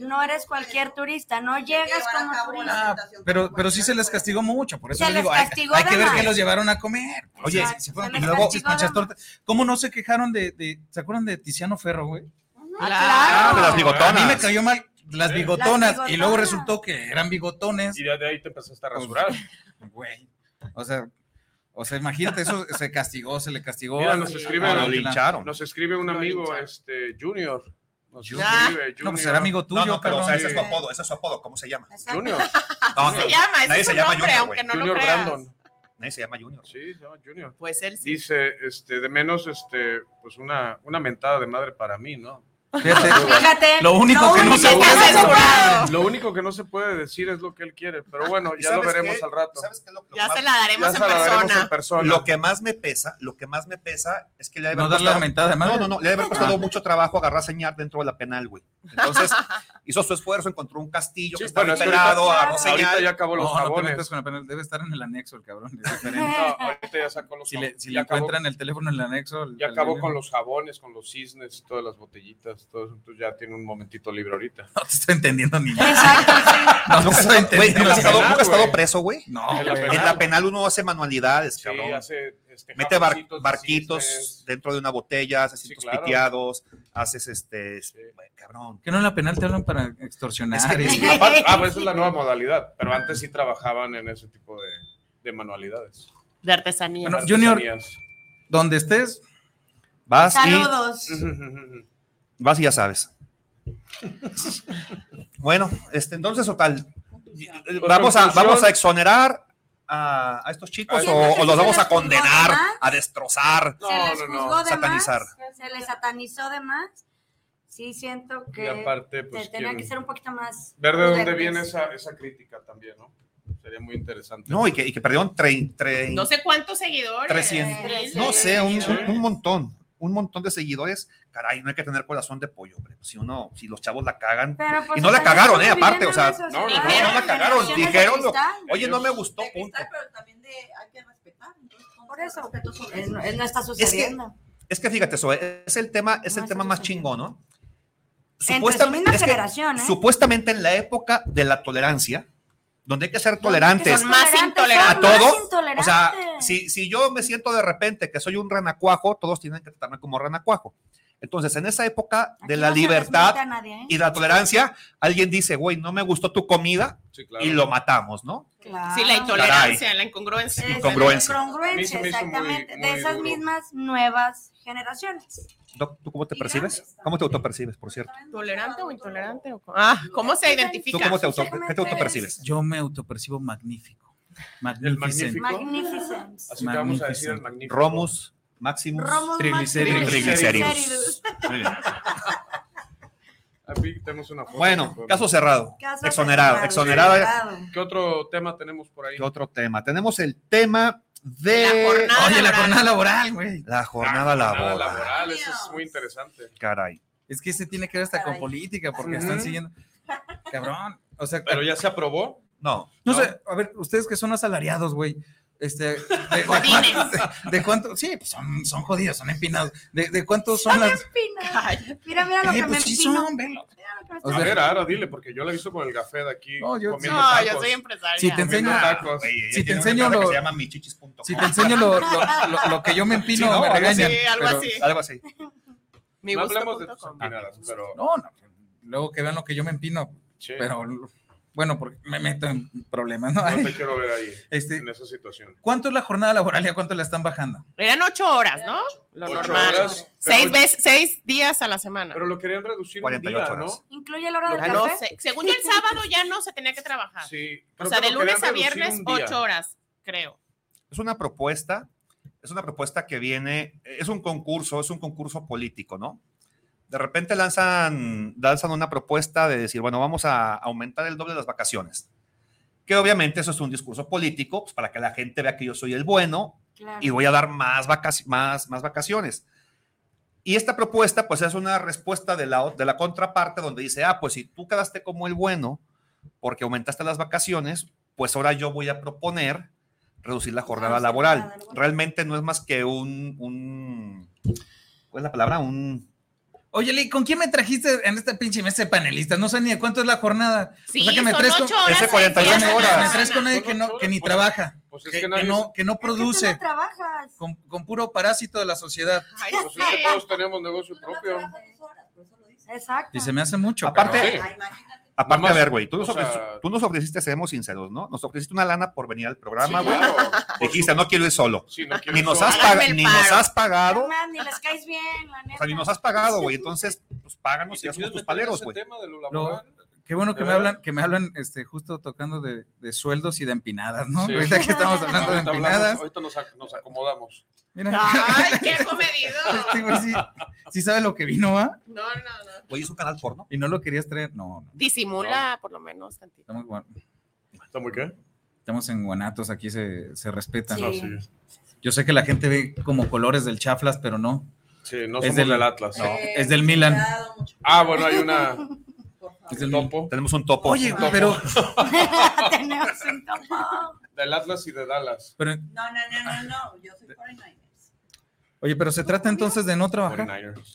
No eres cualquier turista, no llegas como
Ah,
turista.
Pero, pero sí se les castigó mucho, por eso
Se
le
les
digo, hay,
castigó
hay que
de
ver
más.
que los llevaron a comer. Oye,
Exacto,
se, se fueron
se
y
les
luego
castigó
conchas
de
tortas. ¿Cómo no se quejaron de, de- ¿se acuerdan de Tiziano Ferro, güey?
Ah, claro.
de las bigotonas.
A mí me cayó mal las
Sí.
bigotonas,
Las
y luego
bigotonas.
resultó que eran bigotones.
Y ya de ahí te empezaste
Pues,
a rasurar.
Güey. O sea, o sea, imagínate, eso se castigó, se le castigó.
Mira, nos escribe,
Ah, la-
Nos escribe un amigo, este, Junior. Nos
Junior.
escribe,
No, pues
Junior.
será amigo tuyo,
No, no, pero o sea,
cabrón.
ese es su apodo, ese es su apodo, ¿cómo se llama?
Junior.
No,
Se llama, ese
nadie
es
se
su
llama
nombre,
Junior,
aunque
güey.
no lo
Junior
creas.
Brandon.
Nadie se llama Junior.
Sí, se llama Junior.
Pues él sí.
Dice, este, de menos, este, pues una, una mentada de madre para mí, ¿no?
Fíjate,
Fíjate.
Lo único que no se puede-
censurado.
Lo único que no se puede decir es lo que él quiere, pero bueno,
¿Y
ya lo
sabes
veremos
qué?
al rato.
¿Sabes qué? Lo, lo
Ya
más-
se la daremos
ya
en
se la daremos en
persona.
persona.
Lo que más me pesa, lo que más me pesa es que le ha de
No
haber
darle
costado-
la mentada de madre.
No, no, no, le ha de haber costado mucho trabajo agarrar señal dentro de la penal, güey. Entonces, hizo su esfuerzo, encontró un castillo
Sí,
que estaba
bueno, es que
pelado,
ahorita-
agarró
Ahorita
señal.
ya acabó los
No, no te
jabones.
metas con el penal, debe estar en el anexo el cabrón. es
[LAUGHS]
diferente.
No, ahorita ya sacó los
Si le,
jabones.
si le
ya acabó-
encuentran el teléfono en el anexo. el-
ya
el-
acabó
el-
con los jabones, con los cisnes, todas las botellitas, todo eso, entonces ya tiene un momentito libre ahorita.
[LAUGHS] No te estoy entendiendo ni nada.
Exacto, sí.
No te
Nunca ha
estoy
estado- güey,
entendiendo.
nunca ha estado-
penal,
nunca ha estado
güey.
preso, güey.
No,
En la
güey.
En la penal uno hace manualidades,
Sí,
cabrón.
hace este,
Mete bar-
jamoncitos,
barquitos
chistes.
dentro de una botella, haces cintos
claro.
piteados, haces este. bueno, Cabrón.
Que no en la penal te hablan para extorsionar.
Es
y-
que- aparte- ah, pues esa es la nueva modalidad, pero antes sí trabajaban en ese tipo de, de manualidades.
De artesanía.
[LAUGHS] Bueno, Junior, donde estés,
vas
Saludos.
y [LAUGHS] vas y ya sabes. bueno, este, entonces, total. Vamos a,
conclusión-
vamos a exonerar a, a estos chicos
Oye,
o,
entonces
o los
se
vamos
les
a condenar,
juzgó de más.
a destrozar,
se les juzgó de
satanizar.
más, se les satanizó de más. Sí, siento que
Y aparte, pues,
te- tenía
¿quién?
que ser un poquito más.
Ver de dónde
prudentes.
viene esa, esa crítica también, ¿no? Sería muy interesante.
No, y que, y que perdieron tre- tre-
No sé cuántos seguidores.
300, no sé, un, un- un montón, un montón de seguidores. Caray, no hay que tener corazón de pollo, hombre. Si uno, si los chavos la cagan.
Pero, pues,
y no la
están
cagaron, ¿eh?
viviendo
Aparte, o sea,
en una
no, no, no,
sociedad
no la
de
cagaron.
generaciones de
Dijeron,
cristal.
oye, no me gustó, punto.
Por eso, eh, no, eh, no está sucediendo.
Es que fíjate, Zoe, es el tema, es el tema más chingón, ¿no?
misma
es que
generación, ¿eh?
supuestamente en la época de la tolerancia, donde hay que ser
que
tolerantes
son más intolerantes.
a
Son más
todo. O
intolerantes.
sea, si, si yo me siento de repente que soy un ranacuajo, todos tienen que tratarme como ranacuajo. Entonces, en esa época de la
no se
libertad
respeta a nadie, ¿eh?
y de la tolerancia, alguien dice, güey, no me gustó tu comida y lo matamos, ¿no?
Claro.
Sí, la intolerancia,
Caray.
la incongruencia.
Sí, Incongruencia.
La incongruencia,
A mí se me hizo muy-
exactamente.
muy
de esas
duro.
mismas nuevas generaciones.
Doc, ¿Tú cómo te percibes? ¿Cómo te autopercibes, por cierto?
¿Tolerante o intolerante? o co- Ah, ¿cómo se identifica?
¿Tú cómo te, auto, ¿qué te autopercibes?
Yo me autopercibo magnífico. Magnificent.
Magnificent.
Así te vamos a decir el
Magnificent.
magnífico.
Romus, Maximus,
Romus,
Triglicéridos.
Maximus, triglicéridos. Muy bien.
Aquí tenemos una foto.
Bueno,
Con-
caso cerrado.
Caso
exonerado,
cerrado,
exonerado.
¿Qué otro tema tenemos por ahí?
¿Qué otro tema? Tenemos el tema de.
Ah,
Oye, la jornada laboral, güey.
La jornada
Nada
laboral.
laboral, eso es muy interesante.
Caray.
Es que ese tiene que ver hasta con política, porque
Ujú.
están siguiendo. Cabrón. O sea,
¿Pero ya se aprobó?
No.
No, sé, a ver, ustedes que son asalariados, güey. Este, de,
[LAUGHS]
de cuánto, [LAUGHS] de cuánto- sí, pues son, son jodidos, son empinados. ¿De, de cuántos son las?
Mira, mira lo
Eh,
que me
pues sí
empino.
son,
Mira lo que me
O
a
sea-
ver, ahora dile, porque yo la he visto con el café de aquí.
No, yo-
comiendo
No,
tacos.
yo soy
empresaria.
Si te
Comiendo
enseño-
tacos.
Oye, ella Si te tiene una enseño empresa lo- que se llama Si te enseño lo, lo- lo- lo que yo me empino,
Sí, ¿no?
me
Algo
regañan.
así, algo
pero-
así. Algo así.
Mi
no
gusto
hablemos de
punto
tus
com.
empinadas, pero
No, no. Luego que vean lo que yo me empino. Pero bueno, porque me meto en problemas, ¿no?
no te quiero ver ahí,
Este-
en esa situación.
¿Cuánto es la jornada laboral y a cuánto la están bajando?
Eran ocho horas, ¿no? Lo
Ocho
normal.
horas, pero
seis,
ocho-
veces, seis días a la semana.
Pero lo querían reducir un
48
día,
horas.
¿no?
Incluye la hora del
Ah, no
café.
sé. Según yo, el sábado ya no se tenía que trabajar.
Sí.
O
creo
sea,
que
de
lo
lunes a
querían reducir
viernes,
un día.
ocho horas, creo.
Es una propuesta, es una propuesta que viene, es un concurso, es un concurso político, ¿no? De repente lanzan, lanzan una propuesta de decir, bueno, vamos a aumentar el doble de las vacaciones. Que obviamente eso es un discurso político, pues, para que la gente vea que yo soy el bueno
Claro.
y voy a dar más, vacac- más, más vacaciones. Y esta propuesta, pues es una respuesta de la, o- de la contraparte donde dice, ah, pues si tú quedaste como el bueno porque aumentaste las vacaciones, pues ahora yo voy a proponer reducir la jornada laboral. Realmente no es más que un, un ¿cuál es la palabra? Un...
Oye, Lee, ¿con quién me trajiste en esta pinche mesa de panelistas? No sé ni de cuánto es la jornada.
Sí,
que me
son
traes
ocho horas,
Ese 48
me- me-
horas.
Me traes con nadie que, no, que ni trabaja,
Pues es
que,
que
que
nadie-
no, que no produce,
trabajas.
con, con puro parásito de la sociedad.
Ay,
Pues es que todos tenemos negocio propio.
Exacto.
Y se me hace mucho.
Aparte,
cabrón.
aparte
Nomás,
a ver, güey, tú, nos
o sea-
ofreciste- tú nos ofreciste, seamos sinceros, ¿no? Nos ofreciste una lana por venir al programa,
Sí,
[LAUGHS]
güey.
claro.
Dijiste, no quiero ir solo.
Sí, no quiero
ni nos
solo.
has,
Háganme
pag-
el
ni nos
paro.
has pagado.
No, man, ni les caes bien, la
O
neta.
sea, ni nos has pagado, güey. Entonces, pues páganos y ya somos tus paleros, güey.
Lo- [LAUGHS] qué bueno que me hablan, que me hablan este, justo tocando de, de sueldos y de empinadas, ¿no?
Sí.
Ahorita que estamos hablando de
Ahorita hablamos,
empinadas.
Ahorita nos, ac- nos acomodamos.
Mira,
Ay, qué comedido.
este güey sí, sí sabe lo que vino, ¿ah?
No, no, no.
Oye, es un canal porno.
Y no lo querías traer. No, no.
Disimula, por lo menos, tantito.
Estamos, guan-
¿Está muy qué?
estamos en Guanatos, aquí se, se respetan.
Sí. No, sí.
Yo sé que la gente ve como colores del chaflas, pero no.
Sí, no somos del Atlas.
no,
Eh,
es
Eh,
del Milan.
[LAUGHS] Ah, bueno, hay
[LAUGHS]
una.
Es del
topo.
Tenemos un topo.
Oye,
Topo.
pero,
Tenemos un topo.
Del Atlas y de Dallas.
pero-
No, no, no, no, no. Yo soy 49
oye, pero se trata entonces de no trabajar.
49ers.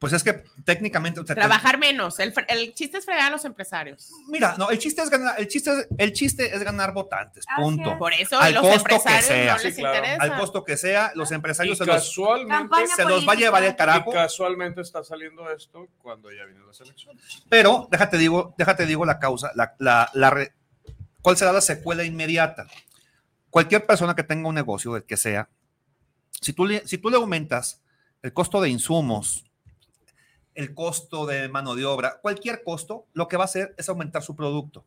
Pues es que técnicamente. o sea, te-
Trabajar menos. El, fre- el chiste es fregar a los empresarios.
Mira, no, el chiste es ganar, el chiste es, el chiste es ganar votantes,
Así
punto.
es. Por eso
al
los
costo que
empresarios
sea,
no les Sí, claro. interesa.
al costo que sea, los empresarios
Y
se los,
casualmente-
se los va a llevar el carajo.
Y casualmente está saliendo esto cuando ya vienen las elecciones.
Pero déjate digo, déjate digo la causa, la, la- la re- ¿cuál será la secuela inmediata? Cualquier persona que tenga un negocio, el que sea, si tú le, si tú le aumentas el costo de insumos, el costo de mano de obra, cualquier costo, lo que va a hacer es aumentar su producto.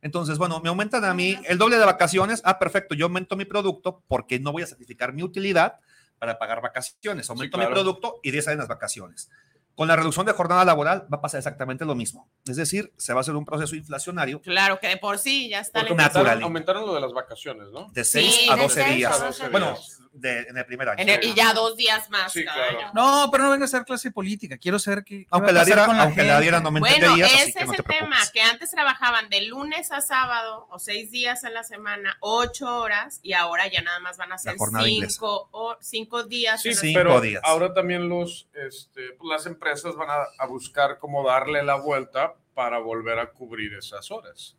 Entonces, bueno, me aumentan a mí el doble de vacaciones. Ah, perfecto, yo aumento mi producto porque no voy a sacrificar mi utilidad para pagar vacaciones. Aumento
claro.
mi producto y de ahí salen las vacaciones. Con la reducción de jornada laboral va a pasar exactamente lo mismo. Es decir, se va a hacer un proceso inflacionario
Claro, que de por sí ya está. la
Porque
inflación.
natural.
Aumentaron lo de las vacaciones, ¿no?
de 6
Sí,
a
de
12
seis a
días.
12
Bueno,
días.
de- en el primer año.
En el- y ya dos días más.
Sí,
cada
claro.
año.
No, pero no venga a ser clase política. Quiero saber que.
Aunque la dieran- aunque la dieran 90
Bueno,
días, así
ese
que
es
no te
el tema, que antes trabajaban de lunes a sábado o seis días a la semana, ocho horas, y ahora ya nada más van a ser
jornada inglesa.
cinco, o, cinco días. a
Sí,
la
pero
días.
ahora también los, este, pues, las empresas van a, a buscar cómo darle la vuelta para volver a cubrir esas horas.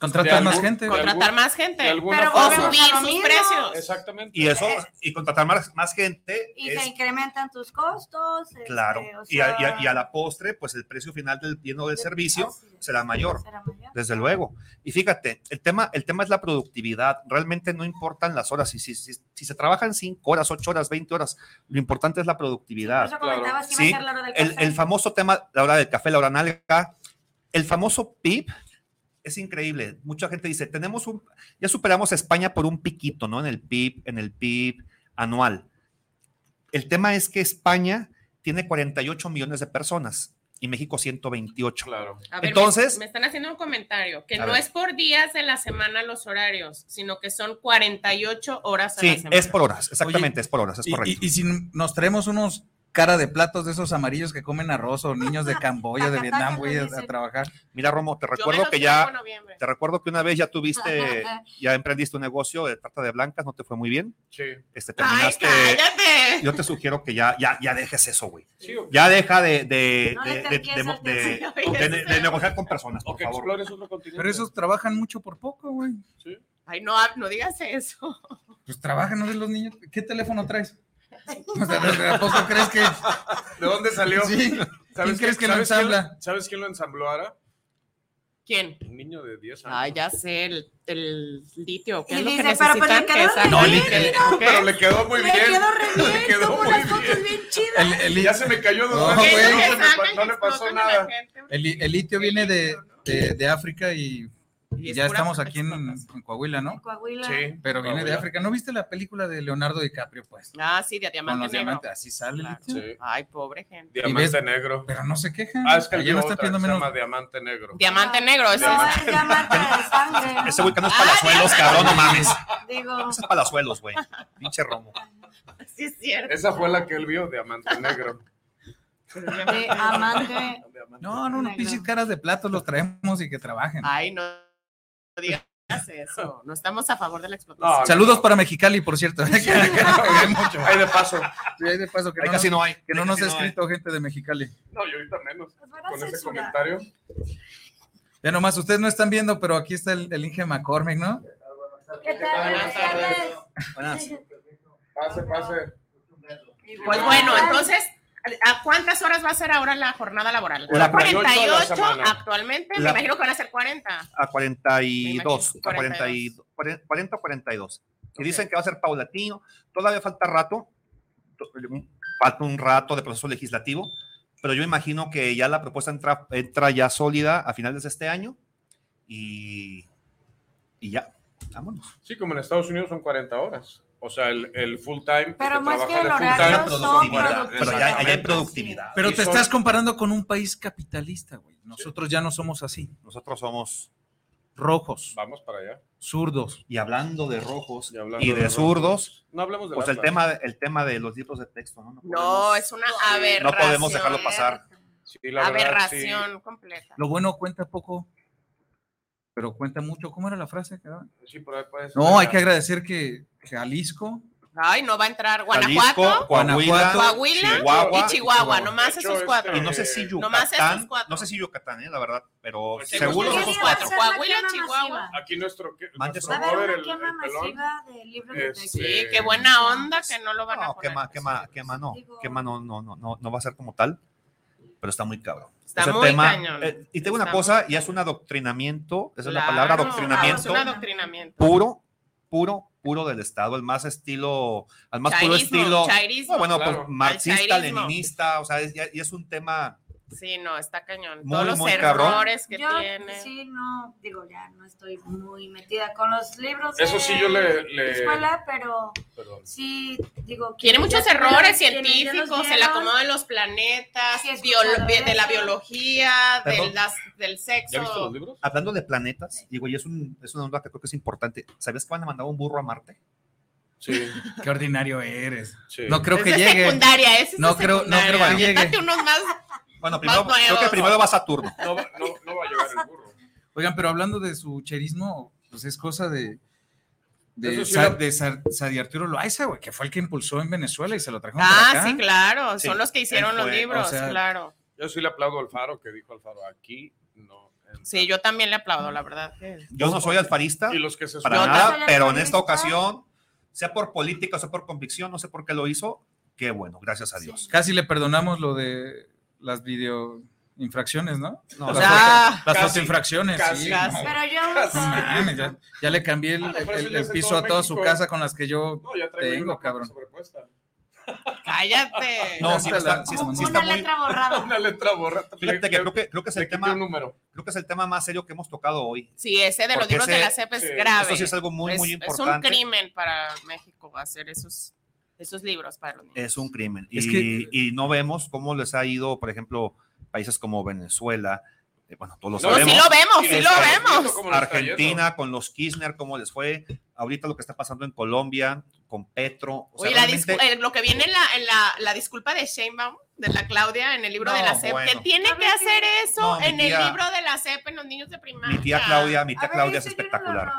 Contratar
De
más
algún-
gente.
de
Contratar
algún-
más gente.
de alguna
Pero
forma.
volvemos a lo
Subir sus
mismo.
precios. Exactamente.
Y eso, y contratar más, más gente,
Y
es-
se incrementan tus costos. este,
claro.
o
y, a, y a-
sea,
y a la postre, pues el precio final del lleno del servicio será mayor.
será mayor.
Desde luego. Y fíjate, el tema, el tema es la productividad. Realmente no importan las horas. Si, si, si, si se trabajan 5 horas, 8 horas, 20 horas, lo importante es la productividad.
Sí, por eso comentabas que iba a ser la hora del
el,
café.
el famoso tema, la hora del café, la hora nalga, el famoso PIB es increíble. Mucha gente dice, tenemos un, ya superamos a España por un piquito, ¿no? En el PIB, en el PIB anual. El tema es que España tiene 48 millones de personas y México 128.
A ver,
Entonces,
me, me están haciendo un comentario, que
A
no
ver.
es por días de la semana los horarios, sino que son 48 horas a la
sí,
semana.
es por horas, exactamente, es por horas, es
Y-
correcto.
Y, y si nos traemos unos cara de platos de esos amarillos que comen arroz o niños de Camboya, de Vietnam, güey, a, a trabajar.
Mira, Romo, te recuerdo
los
que
traigo
ya,
en noviembre.
te recuerdo que una
[LAUGHS]
vez ya tuviste, ya emprendiste un negocio de trata de blancas, no te fue muy bien.
Sí.
Este, terminaste.
cállate.
Yo te sugiero que ya, ya, ya dejes eso, güey.
Sí, o-
Ya deja de, de,
No
de,
le
de-
tergies
de-
al
de-
tercero,
de-
ya
de-
sé.
de negociar con personas, por
que
favor.
explores otro continente.
Pero esos trabajan mucho por poco, güey.
Ay, no, no digas eso.
Pues trabajan, ¿no ves los niños? ¿Qué teléfono traes? O sea, ¿de- ¿A poco crees que.?
¿De dónde salió?
Sí. ¿Quién crees que lo
sabes quién-
ensambla?
¿Sabes quién lo ensambló ahora?
¿Quién?
Un niño de 10 años.
Ay, ya sé, el, el litio, ¿qué
Y
es lo que
dice, pero,
necesitan?
pues, le
que
quedó
sacan
re
el-
bien,
el-
Ah,
mira.
¿qué?
Pero le quedó muy Le bien. quedó re Le bien, quedó tomó muy unas
fotos bien, chidas.
Ya se me cayó dos
No, güey.
veces, no, se me pa- no le pasó nada.
El, el litio viene de, de- de África y, y ya estamos aquí en, en Coahuila, ¿no?
Coahuila.
Pero viene de
Coahuila.
África. ¿No viste la película de Leonardo DiCaprio, pues?
Ah, sí, de
Con
diamante
los
negro.
diamantes, así sale. el litio.
Ay, pobre gente.
Y
Diamante
ves-
negro.
Pero no se quejan.
Ah, es que
Allá
lleva
no está
otra que
pidiendo
se
menos.
llama Diamante Negro.
Diamante negro, ese
Diamante
es.
[LAUGHS]
Ese güey que no es palazuelos, cabrón, no mames.
Digo,
Ese es palazuelos, güey. Pinche Romo.
sí es cierto.
Esa fue la que él vio, Diamante Negro.
de amante.
No, no, no, pinches caras de platos los traemos y que trabajen.
Ay, no no digas eso. No estamos a favor de la explotación.
No, Saludos para Mexicali, por cierto. [LAUGHS] Que- que- que- mucho.
Ahí de paso.
Ahí de paso, que
Ahí casi no hay.
Que no
Ahí
nos
casi
ha
no hay.
escrito gente de Mexicali.
No, y ahorita menos.
a
Con ese
censurar.
comentario.
Ya nomás, ustedes no están viendo, pero aquí está el, el Inge McCormick, ¿no?
¿Qué tal? Buenas tardes.
Pase, pase.
Pues bueno, entonces, ¿a cuántas horas va a ser ahora la jornada laboral?
La
48
48 a la semana.
actualmente, me
La-
imagino que van a ser 40.
A 42. A
42.
42. 40 o 42. Y dicen que va a ser paulatino. Todavía falta rato. to- un- Falta un rato de proceso legislativo. Pero yo imagino que ya la propuesta entra, entra ya sólida a finales de este año. Y, y ya. Vámonos.
Sí, como en Estados Unidos son 40 horas. O sea, el, el full time.
Pero
que
más
trabaja
que el
de full
horario,
time.
son
Pero ya, allá hay productividad.
Pero
Y
te
son-
estás comparando con un país capitalista, güey. Nosotros ya no somos así.
Nosotros somos
rojos.
Vamos para allá.
Zurdos.
Y hablando de rojos y,
hablando
de,
de
zurdos,
No hablemos de
pues el tema, el tema de los libros de texto, ¿no? No
No, es una aberración.
no podemos
eh.
dejarlo pasar.
aberración completa.
Lo bueno cuenta poco, pero cuenta mucho. ¿Cómo era la frase? que daba?
Sí, por ahí puede ser.
No, hay que agradecer que Jalisco
Ay, no va a entrar
Jalisco,
Guanajuato,
Coahuila,
Coahuila
Chihuahua, este,
y Chihuahua,
y
nomás
Chihuahua.
esos cuatro.
Y no sé si Yucatán,
Nomás esos cuatro.
no sé si Yucatán, eh, la verdad, pero
sí,
seguro
porque
esos
sí, va
cuatro.
a ser- Coahuila, Chihuahua.
Aquí nuestro, que-
Manches,
nuestro
va a haber
brother,
una
el-
quema
el pelón,
masiva de libros de
Este-
texto.
Sí, qué buena onda que no lo van a
No,
poner.
quema, quema, quema, no, quema, no, no, no, no, no va a ser como tal, pero está muy cabrón.
Está
Ese
muy cañón.
eh, y tengo una
Está
cosa, y es un adoctrinamiento, esa es la palabra,
Claro, Ah,
adoctrinamiento.
Es un adoctrinamiento.
puro, puro, puro del Estado, al más estilo, al más puro
Chairismo,
estilo,
chairismo.
bueno,
Claro.
pues marxista,
Al chairismo.
leninista, o sea, es, ya- y es un tema,
Sí, no, está cañón.
Muy,
Todos los
muy cabrón.
errores que
Yo
tiene.
Ah, sí, no, digo, ya no estoy muy metida con los libros.
Eso
de
sí, yo le- le-
Escuela, pero sí, digo.
Tiene
que
muchos
ya-
errores
quienes ya los
científicos, el
vieron,
acomodo de los planetas,
Sí, he
bio-
escuchado
de, de la
eso.
biología,
Perdón.
del, las- del sexo.
hablando de planetas, digo, y es, un, es una onda que creo que es importante, ¿sabías que van a mandar un burro a Marte?
Sí.
Qué ordinario eres. No creo
Es
que
de
llegue.
secundaria, ese es
no
de
creo, no creo que
secundaria.
llegue.
Date unos
[LAUGHS]
más.
Bueno,
primero-
más
creo que
nuevos.
primero va Saturno.
No, va- no, no va a llegar el burro.
Oigan, pero hablando de su cherismo, pues es cosa de. De,
Eso sí
Sa-
lo-
de Sa- Sadi Arturo Loaiza, güey, que fue el que impulsó en Venezuela y se lo trajeron para
Ah,
acá.
sí, claro. Son
Sí,
los que [LAUGHS] hicieron
él
los
fue,
libros,
o sea,
claro.
Yo sí le aplaudo al Faro que dijo al Faro aquí. No.
Sí, yo también le aplaudo, la verdad.
Yo no soy alfarista,
Y los que se
para
suben-
nada,
Yo no soy
pero en
alfarista.
esta ocasión, sea por política, sea por convicción, no sé por qué lo hizo, qué bueno, gracias a Dios.
Casi le perdonamos lo de las video infracciones, ¿no?
No,
las
o sea,
Ah,
foto- las
casi,
fotoinfracciones.
casi.
sí,
Casi.
no.
Pero yo
No mames, ya, ya le cambié el,
Ah, no, pero
el-
eso ya
el
es en
piso
todo
a toda su
México.
casa con las que yo
No, ya traigo
tengo,
una
cabrón.
sobrepuesta.
Cállate.
No, sí está- sí- sí está muy-
Una letra borrada.
Fíjate que creo que, creo que es el tema. Creo que es el tema más serio que hemos tocado hoy.
[LAUGHS] Sí, ese de los
Porque
libros de
ese-
la CEP es
sí.
grave.
Eso sí es algo muy, muy
Es un
importante.
crimen para México hacer esos, esos libros para los niños.
Es un crimen.
Es
y, y no vemos cómo les ha ido, por ejemplo, países como Venezuela. eh, Bueno, todos lo
No,
sabemos.
sí lo vemos, sí lo
Este,
vemos. ¿Cómo les está
Argentina, con los Kirchner, cómo les fue. Ahorita lo que está pasando en Colombia, con Petro. O sea,
Oye, la
realmente-
discu- eh, lo que viene en la, en la, la disculpa de Sheinbaum, de la Claudia, en el libro
No,
de la CEP,
bueno.
que tiene que hacer eso
No, mi
en el
tía-
libro de la CEP en los niños de primaria.
mi tía Claudia, mi
A
tía
ver,
Claudia es
ese yo no
espectacular.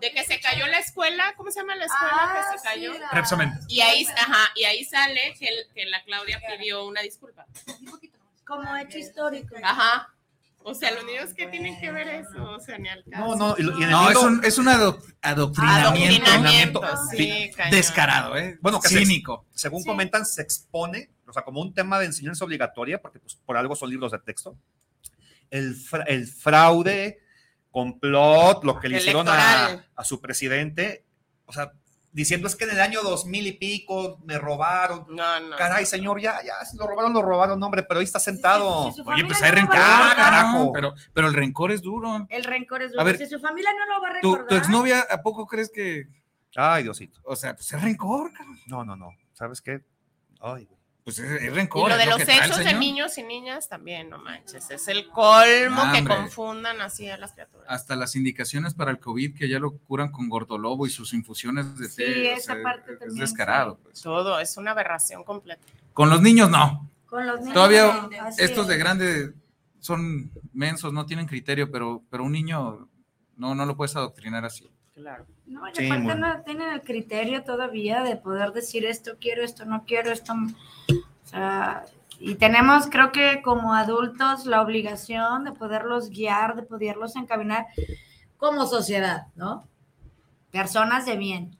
De que se cayó la escuela, ¿cómo se llama la escuela
Ah,
que se cayó?
sí,
Repsamen.
Y ahí, ajá, y ahí sale que, el- que la Claudia pidió una disculpa.
Como hecho histórico.
Ajá. O sea,
Ah,
los niños que tienen que ver eso, o sea, ni al caso.
No, no, y lo- y en el
No, es
libro-
un, es un adoc- adoctrinamiento,
Adoctrinamiento,
sí, cañón.
descarado, ¿eh?
Bueno, que se-
cínico.
según comentan, se expone, o sea, como un tema de enseñanza obligatoria, porque pues, por algo son libros de texto. El, fra- el fraude, complot, lo que le hicieron a,
Electoral.
a su presidente, o sea, diciendo es que en el año 2000 y pico me robaron.
No, no.
Caray, señor, ya, ya, si lo robaron, lo robaron, hombre, pero ahí está sentado.
Oye, pues hay rencor,
Ah,
carajo.
carajo.
Pero, pero el rencor es duro.
El rencor es
A
duro.
ver,
Si su familia no lo va a
¿Tu,
recordar.
tu exnovia, ¿a poco crees que.?
Ay, Diosito.
O sea, pues es rencor, cabrón.
No, no, no. ¿Sabes qué? Ay, güey.
Pues es, es rencor.
y
es
lo de los
que trae el
sexos de
señor.
niños y niñas también, no manches. Es el colmo
No,
que
hombre. Ah.
confundan así a las criaturas.
Hasta las indicaciones para el COVID que ya lo curan con gordolobo y sus infusiones de té. o sea, es descarado. pues.
Todo, es una aberración completa.
Con los niños, no.
Con los niños.
Todavía
no, así
estos
es.
de grande son mensos, no tienen criterio, pero, pero un niño no, no lo puedes adoctrinar así.
Claro.
No, y
Sí,
aparte
bueno.
no tienen el criterio todavía de poder decir esto quiero, esto no quiero, esto. O sea, y tenemos, creo que como adultos, la obligación de poderlos guiar, de poderlos encaminar como sociedad, ¿no? Personas de bien.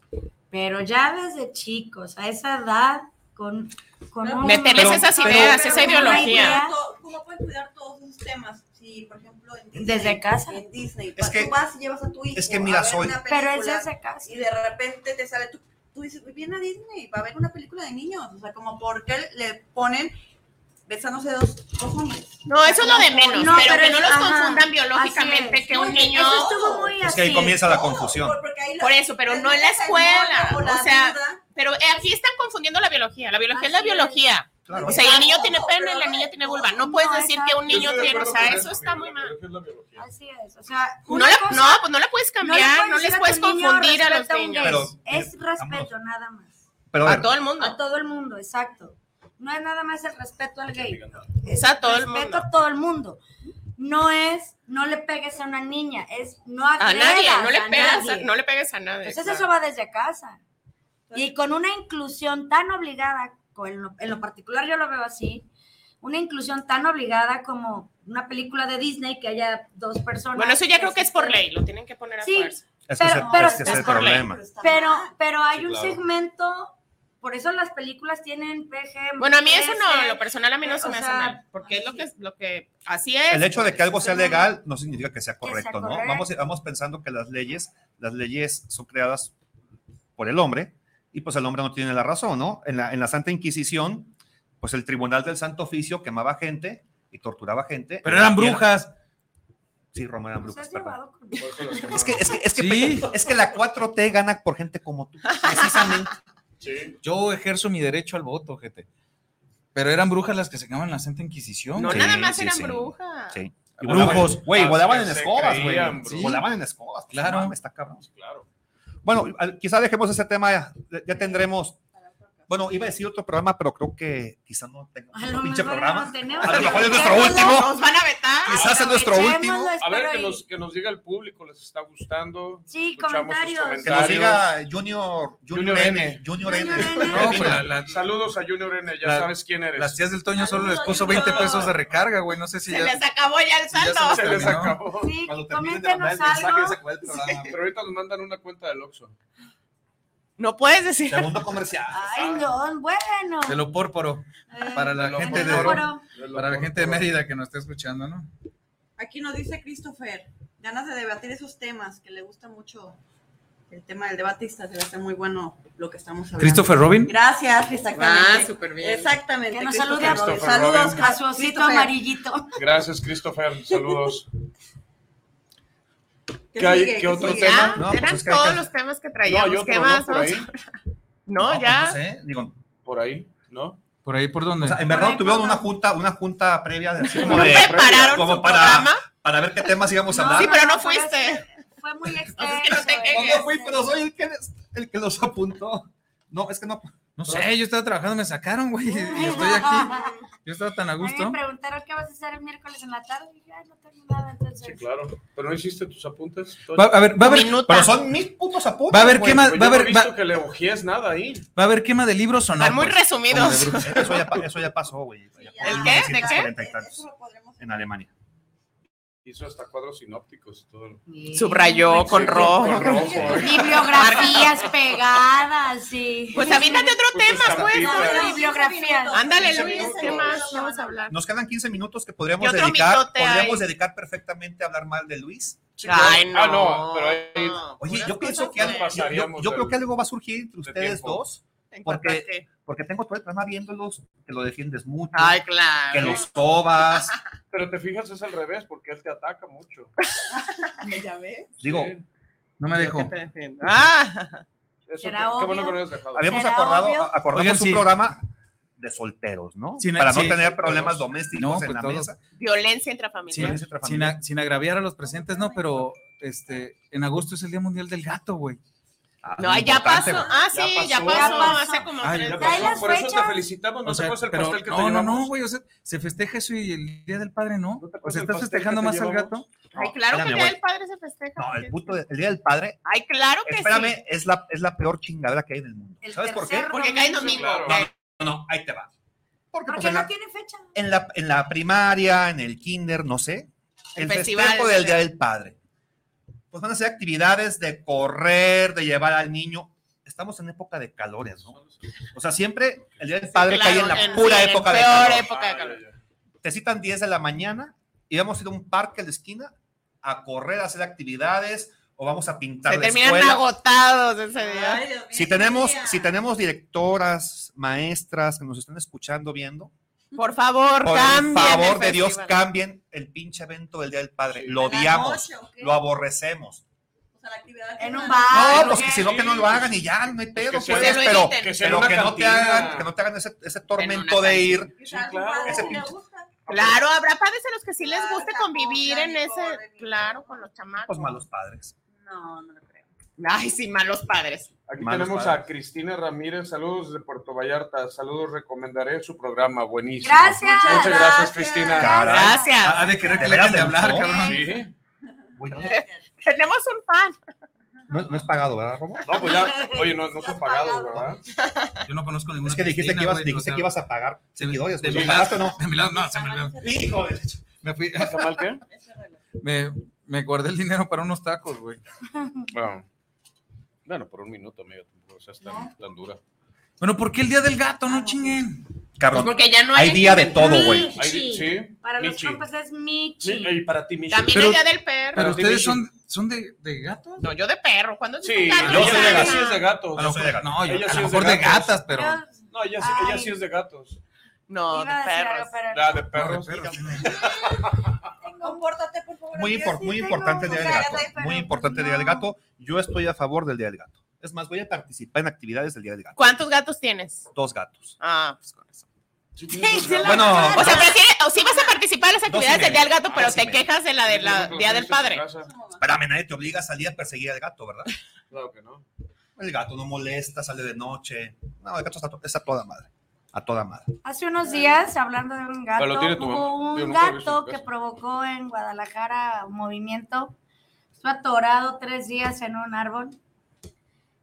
Pero ya desde chicos, a esa edad, con. con un-
Meterles esas ideas, esa
con una
ideología.
idea,
¿Cómo pueden cuidar todos esos temas? Si, por ejemplo, en Disney,
Desde casa.
En Disney.
Es que-
tú vas y llevas a tu hijo.
es que mira,
a ver
soy-
una
Pero es
película
desde casa.
Y de repente te sale. Tú, tú dices, viene a Disney, va a ver una película de niños. O sea, como por qué le ponen besándose dos, dos hombres.
No, eso es lo de menos,
No,
pero,
pero
que no
es-
los
ajá,
confundan
así
biológicamente
es.
que
No,
un
eso
niño.
estuvo muy
Es que ahí comienza la confusión.
Por eso, pero no en la escuela.
o la
O sea,
duda.
pero eh, aquí están confundiendo la biología. La biología es la
Así es.
biología.
Claro.
O sea, y el niño tiene pene, la niña tiene vulva. No puedes decir que un niño tiene. O sea, eso está muy mal.
Así es. O sea,
No,
una
la-
cosa-
no, pues no la puedes cambiar, no,
decir
les
a tu
puedes
niño,
confundir a los
"Respeta un
niños.
gay".
Pero,
es respeto, nada más.
Pero a ver,
el mundo.
A todo el mundo, exacto. No es nada más el respeto al gay.
Es a todo el
Respeto a todo el mundo. No es, no le pegues a una niña, es no
a nadie,
agredas
no le
a
pegas, a-
nadie.
no le pegues a nadie.
Entonces
claro.
eso va desde casa. Y con una inclusión tan obligada, o en lo, en lo particular yo lo veo así, una inclusión tan obligada como una película de Disney que haya dos personas.
Bueno, eso ya creo que es por ley, lo tienen que poner a
Sí,
fuerza.
Es que
pero,
se-
pero,
es que ese es el
pero-
problema.
Pero, pero hay
Sí,
un
claro.
segmento, por eso las películas tienen PG.
Bueno, a mí eso no,
13,
en lo personal a mí no se
Este, o
me hace
sea,
mal, porque es lo que, lo que así es.
El hecho de que algo sea legal no significa que sea correcto, ¿no?
correcto.
Vamos, vamos pensando que las leyes, las leyes son creadas por el hombre y pues el hombre no tiene la razón, ¿no? En la, en la Santa Inquisición, pues el tribunal del Santo Oficio quemaba gente y torturaba gente.
Pero eran brujas.
Sí, Roma eran brujas,
Pues,
perdón.
con-
Es que, es que, es que,
Sí.
es que la 4T gana por gente como tú, precisamente.
Yo ejerzo mi derecho al voto, gente. Pero eran brujas las que se llamaban la Santa Inquisición.
No,
güey.
nada más eran brujas.
Sí.
Y volaban-
Brujos, güey,
Las
volaban
que
en
se
escobas, güey.
creían,
Sí,
brujas.
Volaban en escobas.
Claro.
Claro. Está cabrón. Claro. Bueno, al- quizá dejemos ese tema, ya, ya tendremos. Bueno, iba a decir otro programa, pero creo que quizá no tengo
A
un
lo
pinche
mejor
programa.
no tenemos.
a lo mejor es nuestro
Echémoslo.
último.
Nos van a vetar.
Quizás es nuestro último.
A ver, que nos, que nos diga el público, ¿les está gustando?
Sí,
Escuchamos sus
comentarios.
Que nos diga
comentarios.
Junior,
Junior
Junior N.
N.
Junior N.
No, pues, la- la- saludos a Junior N, ya
La-
sabes quién eres.
Las tías del Toño solo les puso 20 pesos de recarga, güey. No sé si
Se
ya.
les acabó ya
ya
el saldo.
se les terminó.
Sí,
Cuando terminen de
coméntenos
mandar el mensaje,
algo.
se acabó el programa.
Pero ahorita nos mandan una cuenta del Oxxo.
No puedes decir.
Segundo comercial.
Ay, no, bueno.
De lo pórporo.
Eh,
Para la
de lo
gente de,
pórporo.
para la gente de Mérida ¿eh? que nos está escuchando, ¿no?
Aquí nos dice Christopher, ganas de debatir esos temas, que le gusta mucho el tema del debate y está- se le hace muy bueno lo que estamos hablando.
¿Christopher Robin?
Gracias, exactamente.
Ah, súper bien.
Exactamente.
Que nos
Christopher
salude a-
Robin.
Christopher
Saludos
Robin.
a
A su osito
Christopher.
amarillito.
Gracias, Christopher. Saludos.
¿Qué
¿Qué, hay-
sigue?
qué
¿Qué
otro
sigue?
tema?
Ya, eran
pues es que
todos
acá-
los temas que
No,
traíamos.
hay otro,
¿Qué
¿no?
más?
Por
Vamos
[LAUGHS] ahí.
a- No, ya.
No pues, eh, sé, digo.
Por ahí, ¿no?
Por ahí por donde.
O sea, en verdad tuvieron una junta, una junta previa de así como
¿No
de-
prepararon
como
su
para, [LAUGHS]
programa?
para ver qué temas íbamos a
No,
hablar.
Sí, pero no
fue-
fuiste.
Fue muy
O sea,
extenso.
es que no te
eh.
No, no fui, pero soy el que, el que los apuntó. No, es que no.
No sé, yo estaba trabajando, me sacaron, güey. Y estoy aquí. Yo estaba tan a
A mí me
gusto.
preguntaron qué vas a hacer el miércoles en la tarde y ya no tengo nada. Entonces,
Sí, claro. ¿Pero no hiciste tus apuntes?
Va- a ver, va a haber.
Pero son mis putos apuntes.
Va a haber
güey.
qué más-
Pues
va a
yo no he
haber-
visto
va-
que le ojíes nada ahí.
¿Va a haber quema de libros o no?
Están muy
pues? Como de
resumidos.
brujas.
Eso ya, pa- eso ya Eh, pasó, güey.
¿El qué? ¿De qué?
40 y tantos
pues,
en Alemania.
Hizo hasta cuadros sinópticos y todo.
Subrayó con rojo.
Bibliografías pegadas, sí.
Pues avíntate otro
Pues
tema, pues.
estampitas.
ahora.
Bibliografías.
Ándale, Luis, ¿qué más vamos a hablar?
Nos quedan 15 minutos que podríamos
¿Qué otro
dedicar,
mitote
podríamos
hay?
dedicar perfectamente a hablar mal de Luis.
Ay, no.
Ah, no, pero ahí-
Oye,
Puras
yo pienso
cosas
que algo, yo- yo,
pasaríamos
yo
del-
creo que algo va a surgir entre ustedes
tiempo.
dos,
¿En cuanto a
porque,
qué?
porque tengo todo el programa viéndolos, que lo defiendes mucho,
Ay,
que
claro.
los sobas.
[LAUGHS] Pero te fijas, es al revés, porque él te ataca mucho.
[LAUGHS] ¿Ya ves?
Digo,
Sí.
No me dejó.
Ah,
Eso
Será
qué- qué bueno
obvio.
que no has dejado.
habíamos
¿Será
acordado,
obvio?
acordamos
Oigan,
un
sí.
programa de solteros, ¿no?
Sí,
Para
sí.
no tener problemas domésticos
No,
en
pues
la
todo.
mesa.
violencia
Sin,
intrafamiliar.
Sí. otra
sin
familia.
a- sin agraviar a los presentes, no, pero este, en agosto es el Día Mundial del Gato, güey.
Ah,
No,
muy
ya
importante,
pasó.
güey.
Ah, sí, ya
Ya
pasó.
pasó.
Hace como
Ay,
tres
ya
pasó.
días.
las
Por eso te
fechas?
felicitamos, no
O sea,
te acuerdas el
pero-
pastel que
no,
te
no,
llevamos.
no, güey, o sea, se festeja eso y el Día del Padre no.
¿No te
o sea,
acuerdas el
estás
pastel
festejando
que te
más al
llevamos?
gato.
Ay, claro
No,
que
espérame,
el Día
güey.
del Padre se festeja.
No, el
porque-
puto, de- el Día del Padre,
Ay, claro que
espérame,
sí.
es, la, es la peor chingadera que hay en el mundo.
El
¿Sabes por qué?
tercer
Porque cae domingo.
claro.
cae-
No, no, ahí te va. Porque pues,
Porque
en,
no
la,
tiene fecha.
en, la, en la primaria, en el kinder, no sé,
El
el,
festival,
festejo del
el-
Día del Padre. Pues van a hacer actividades de correr, de llevar al niño. Estamos en época de calores, ¿no? O sea, siempre el Día del Padre
claro,
cae en la
en-
pura
sí, en
época de
peor
calor.
época de
Ah,
calor.
ya, ya.
Te citan 10 de la mañana y vamos a ir a un parque a la esquina a correr, a hacer actividades o vamos a pintar
Se
la
terminan
escuela.
agotados ese día.
Ay, Dios mío,
Si tenemos,
mira.
si tenemos directoras, maestras que nos están escuchando, viendo,
Por favor,
por el
cambien.
favor
el
de Dios,
festival.
cambien el pinche evento del Día del Padre.
Sí.
Lo
A la
odiamos,
noche, ¿o qué?
lo aborrecemos.
O sea, la actividad
En
que-
un bar. Ah,
no, pues
ok.
que si no, que no lo hagan y ya, no hay pedo,
Que se
pues,
lo
pero,
eviten.
Que sea
pero
en una
que, no te
cantina.
hagan, que no te hagan ese, ese tormento
una
de ir.
Quizás
Sí, claro.
un padre
Ese
sí le
pinche-
gusta.
Claro, habrá padres a los que sí les
Ah,
guste
la
convivir
compran
en
y
ese.
corren y-
Claro, con los chamacos.
Los pues, malos padres.
No, no lo creo.
Ay, sí, malos padres.
Aquí
Malos
tenemos
padres.
a Cristina Ramírez, saludos de Puerto Vallarta, saludos, recomendaré su programa, buenísimo.
Gracias.
Muchas gracias,
Gracias.
Cristina.
Caray.
Gracias.
Ah, ha de querer
¿De
que le
veras
dejen de
le
hablar,
gustó?
cabrón.
Sí.
Güey,
Tenemos un fan.
No, no es pagado, ¿verdad, Romo?
No, pues ya, oye, no, no son pagados, ¿verdad?
Yo no conozco ninguna.
Es que dijiste
Cristina,
que ibas,
güey,
dijiste
o sea,
que ibas a pagar seguidores.
de
güey.
mi
¿Lo pagaste o
lado-
no?
de mi lado, no, se me olvidó.
Hijo de-
Me fui.
mal qué?
[LAUGHS] Me, me guardé el dinero para unos tacos, güey.
Bueno, bueno, por un minuto, amigo, tampoco seas tan, tan dura.
Bueno, ¿por qué el día del gato? No chinguen.
Cabrón.
Porque ya no
Hay
eres
día de todo, güey.
Michi.
Sí.
Para los
Michi.
compas es Michi.
Sí, y para ti, Michi.
También
Pero-
el día del perro.
Pero ustedes son, son de, de gato.
No, yo de perro. ¿Cuándo te
Sí,
tocaron?
yo soy de gatos. Sí es de gatos.
A lo mejor, no, yo-
Ella
a
sí
lo
es de
mejor de
gatos.
gatas, pero.
No, ella, sí- ella sí es de gatos.
No, de
Iba a decir
perros.
algo, pero
Ah, de perros.
Compórtate, por favor.
Muy,
amiga,
impor-
sí
muy
tengo
importante el día del
ganas,
gato.
pero
Muy
pues
importante el día del
no.
gato. Yo estoy a favor del día del gato. Es más, voy a participar en actividades del día del gato.
¿Cuántos gatos tienes?
Dos gatos.
Ah, pues con eso.
Bueno,
o sea, prefieres, o sí vas a participar en las actividades del
medio.
Día del Gato, pero
Dos y
te
medio.
quejas de la del Día del Padre.
Espérame, nadie te obliga a salir a perseguir al gato, ¿verdad?
[LAUGHS] Claro que no.
El gato no molesta, sale de noche. No, el gato está to- es a toda madre. A toda madre.
Hace unos días, hablando de un gato,
Pero lo tiene tu mamá.
hubo
Yo
un
nunca lo he visto
gato
en
que
casa.
provocó en Guadalajara un movimiento. Estuvo atorado tres días en un árbol.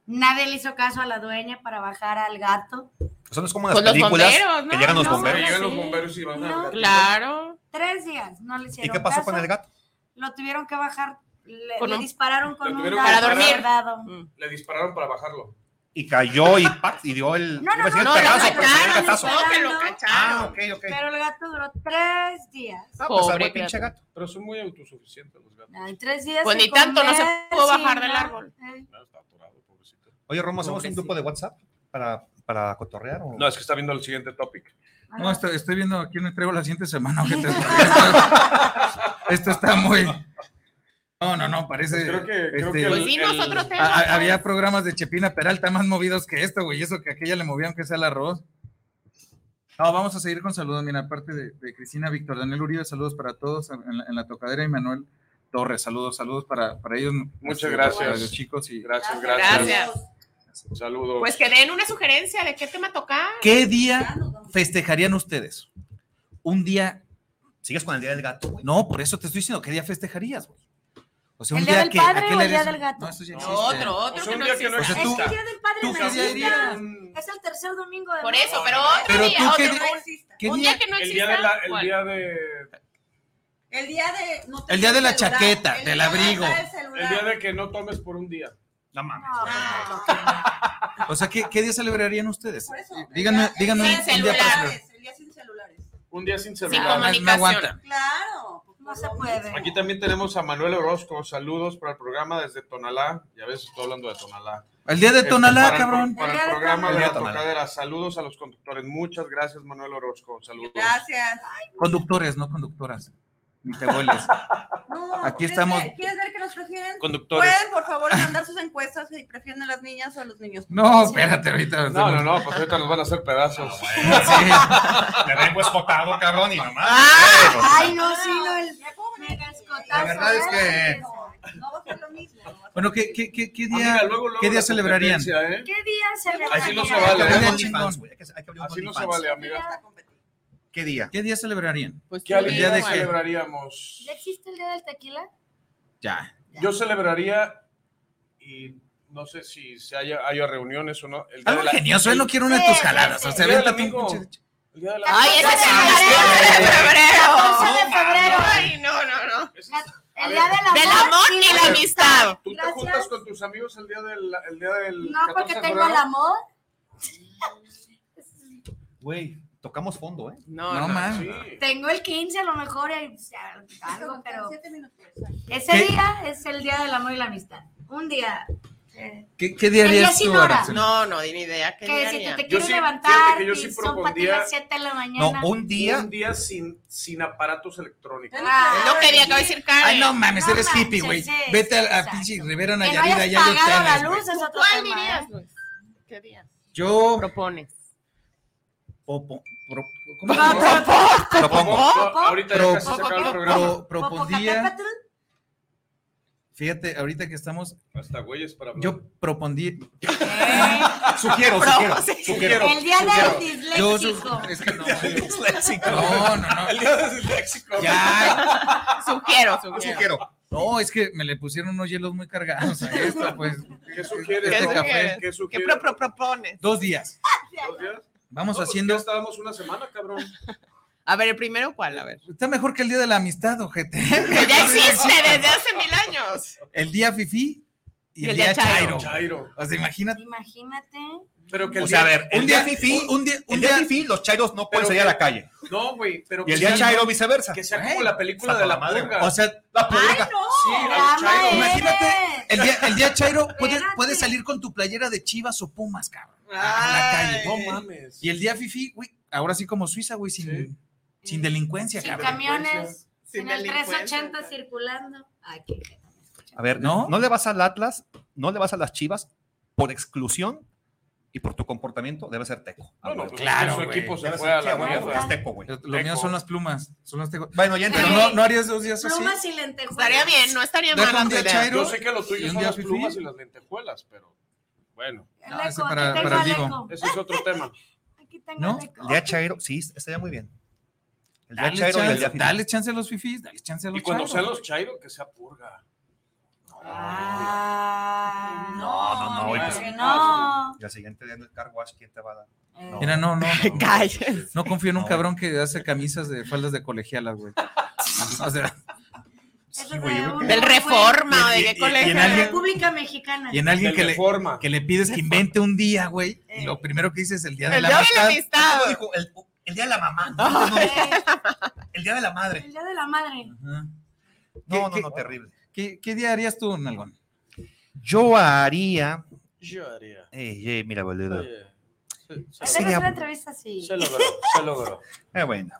Nadie le hizo caso a la dueña para bajar al gato.
Eso no es como en las
Pues los
películas
bomberos, ¿no?
que llegan los
No,
bomberos.
Llegan los
bomberos y van a...
Claro.
Tres días, no le
¿Y
hicieron
qué pasó
caso.
con el gato?
Lo tuvieron que bajar, le,
Con
le
un-
dispararon con
Lo
un
tuvieron
dado.
que disparar.
guardado.
Le dispararon para bajarlo.
Y cayó y, pat, y dio el.
No,
iba
no,
a decir
no,
el
no,
pegazo,
lo
pero se dio el
sacaron
gatazo.
esperando,
Ah, ok, ok.
Pero el gato duró tres días.
Ah, pues, Pobre al pinche
gato. Pero son muy autosuficientes los gatos.
No, Ah, en tres días.
Pues
sin
ni tanto, no se
comer,
pudo
sin
bajar del
nada.
árbol.
Eh,
Oye, Romo, ¿hacemos un grupo de WhatsApp para, para cotorrear? O...
No, es que está viendo el siguiente topic.
No, estoy, estoy viendo aquí me entrego la siguiente semana. ojete, porque Esto, esto está muy. No, no, no, parece.
Pues creo que- creo
este,
que el- Pues dinos el- otro tema,
a-
Ah,
a-
pues.
había programas de Chepina Peralta más movidos que esto, güey. y Eso que aquella le movían que sea el arroz. No, vamos a seguir con saludos. Mira, aparte de, de Cristina, Víctor, Daniel Uribe, saludos para todos en la, en la tocadera y Manuel Torres, saludos, saludos para, para ellos.
Muchas
este,
gracias.
para los chicos y
Gracias, gracias.
Gracias.
Saludos.
Pues que den una sugerencia de qué tema tocar.
¿Qué día festejarían ustedes? Un día.
Sigues con el día del gato, güey.
No, por eso te estoy diciendo, ¿qué día festejarías, güey? O sea,
¿El
un
día
día
del
que.
padre
¿a qué
o
le
el día
harías-
del gato?
No, eso ya
No,
existe.
otro, otro
Pues
O sea,
que
un
no
día que no
existe.
existe.
Es que el día del padre
tú
no
qué día
existe.
dirías?
Es el tercer domingo de
Por
marzo.
eso, pero otro
Pero
día.
tú,
otro
¿qué
día.
día- ¿qué
un
día?
día que no
El
exista.
día de la- el
¿cuál?
día de
El día de. no te
El día de la
el celular,
chaqueta,
el
del
día de
abrigo.
bajar el celular.
El día de que no tomes por un día.
No mames.
O sea, ¿qué, qué día celebrarían ustedes? Díganme, díganme
Sin
un día para celebrar.
El día sin celulares.
Un día sin
Ah, No,
celular.
no, no aguanta.
Claro.
No se puede.
Aquí también tenemos a Manuel Orozco. Saludos para el programa desde Tonalá. Ya ves, estoy hablando de Tonalá.
El día de
Este,
Tonalá,
para el-
cabrón.
Para
El
el,
día de
programa
Tonalá.
de
El día
la
de Tonalá.
tocadera. Saludos a los conductores. Muchas gracias, Manuel Orozco. Saludos.
Gracias.
Conductores, no conductoras. Ni te
[LAUGHS]
vueles.
No,
Aquí
¿quieres
estamos-
ver- ¿Quieres ver que nos prefieren?
Conductores.
Pueden, por
[LAUGHS]
favor, mandar sus encuestas si prefieren a las niñas o a los niños.
No, espérate, ahorita.
No, no, [LAUGHS] no, pues ahorita nos van a hacer pedazos. Pues,
Me vengo escotado, cabrón, y mamá.
Ay, no, sí, no. El...
La verdad es que.
Bueno, ¿qué, qué, qué, qué día,
Amiga, luego, luego
¿qué día
la
celebrarían?
competencia, ¿eh?
¿Qué día celebrarían?
Así no se vale.
¿Qué día
¿eh?
chingón?
Así no se vale, amiga.
¿Qué día?
¿Qué día celebrarían?
¿Qué
el día
alegría
de que.
celebraríamos?
¿Ya existe el día del tequila?
Ya.
Yo celebraría y no sé si se haya, haya reuniones o no. El día
Algo
de la-
ingenioso, él no quiere una de
Sí,
tus
sí,
jaladas.
sí.
O sea,
El día del
aviéntate un
amigo.
pinche-
El día de la- Ah,
Ay, ese es el
¿Sabes
día
qué?
de febrero.
14 de febrero.
Ay, no, no, no.
El día del amor.
Del amor
sí,
y la amistad.
¿Tú te juntas con tus amigos el día del, el día del
No,
14
porque
de
tengo
febrero?
el amor.
Güey, tocamos fondo, ¿eh?
No,
No, no. man.
Tengo el 15 a lo mejor, y, o sea, algo, pero... Ese
¿Qué?
día es el día del amor y la amistad. Un día. eh,
¿Qué, qué día
El día
harías
sin
tú,
hora.
Araceli?
No, no, ni idea. ¿Qué
que si
día
te,
harían?
te
Yo
quieres
sí- fíjate
levantar
que yo
y
sí
son para ti
propondría-
las 7 de la
No,
mañana.
un día.
Un día sin, sin aparatos electrónicos.
Ah,
No quería que va a decir Karen.
Ay, no mames,
No
eres
manches,
hippie, güey.
sí,
Vete a, a pinche Rivera
que no hayas
Nayarit, allá yo
pagado la
tenis, güey.
luz es otro
¿Cuál
tema,
dirías,
¿eh?
Luis? ¿Qué día?
Yo.
Propones.
Popo. pro-
No,
¿Cómo se llama?
tampoco.
Propongo.
No, ahorita ya
Pro-
casi se acaba el
pro-
programa.
pro- propondría,
Popocatépetl.
fíjate, ahorita que estamos,
Hasta güeyes para hablar.
yo propondí,
Sugiero,
Pro-
sugiero.
sí.
Sugiero.
El día del
yo, [LAUGHS]
disléxico.
es que no,
Disléxico.
no, no, no,
El día del disléxico.
ya,
[LAUGHS] Sugiero, sugiero.
Sugiero.
No, es que me le pusieron unos hielos muy cargados a
[LAUGHS]
esto, pues.
¿Qué sugieres?
Este
no?
café.
¿Qué sugieres?
propones?
Dos días.
¿Dos días?
Vamos
No, pues
haciendo.
ya estábamos una semana, cabrón.
A ver, el primero, ¿cuál? A ver.
Está mejor que el día de la amistad, ojete.
Que ya existe desde hace mil años.
[LAUGHS] El día fifi y, el, día, chairo. O sea, imagínate.
Imagínate.
Pero que el
O sea, a
día-
ver, el día fifi,
un día,
el día fifí, los chairos no pueden salir a la calle.
No, güey, pero
Y el
que
día
sea-
chairo viceversa.
Que sea como la película de la
madre.
purga.
O sea,
la
purga.
Sí, a los chairos.
Imagínate, el día, el día chairo puedes, puedes salir con tu playera de chivas o pumas, cabrón. a la calle.
No mames.
Y el día fifi, güey, ahora sí como Suiza, güey, sin, sin delincuencia,
Sin
cabrón.
camiones, sin el
delincuencia,
380 circulando. Ay, qué pena.
A ver, ¿no? No le vas al Atlas, no le vas a las Chivas por exclusión y por tu comportamiento, debe ser teco.
No, no, pues
Ah, Claro,
su
güey.
equipo se
Debe
Ah, fue
ser
a la
teco,
mierda.
es teco, güey.
Lo mío son las plumas. Son las teco-
Bueno, ya
Pero
entendí.
no, no harías dos días así.
Plumas y lentejuelas.
Estaría bien, no estaría
Deja
mal.
un día chairo
Yo sé que lo tuyo
y un
son
día
las
fifí.
plumas y las lentejuelas, pero bueno.
No, ese Leco, para- aquí para tengo el Leco. Vigo.
Ese es otro tema.
Aquí tengo
¿No?
el eco.
El día chairo, sí, estaría muy bien. El día
Dale
chairo y el
chance,
día fifi.
dale chance a los fifis, dale chance a [LAUGHS] los
Y cuando
chairos.
sean los chairo, que sea purga.
No, no, no.
Claro
y
que
pues-
no.
Y al siguiente día en el car wash, ¿quién te va a dar? No.
Mira, no, [LAUGHS] no. no.
Cállate.
No confío en un cabrón que hace camisas de faldas de colegialas, güey. O sea,
Eso
güey,
de
yo creo
un-
que- Del Reforma,
güey.
¿de qué Y- y- colegio? y en alguien-
República Mexicana.
y en alguien que le,
Reforma.
que le pides que invente un día, güey, y lo primero que dices es el día de
El
la
día de la
amistad.
amistad.
Ah.
[LAUGHS] Dijo, el, el día de la mamá. El día de la madre.
El día de la madre.
Ajá.
No, no,
¿Qué-
no, terrible.
¿Qué, qué día harías tú, Nalgón?
Yo haría.
Yo haría.
Ey, ey, mira, boludo.
Oye, se, se,
Hacemos una entrevista así.
se logró, se logró.
Eh, bueno.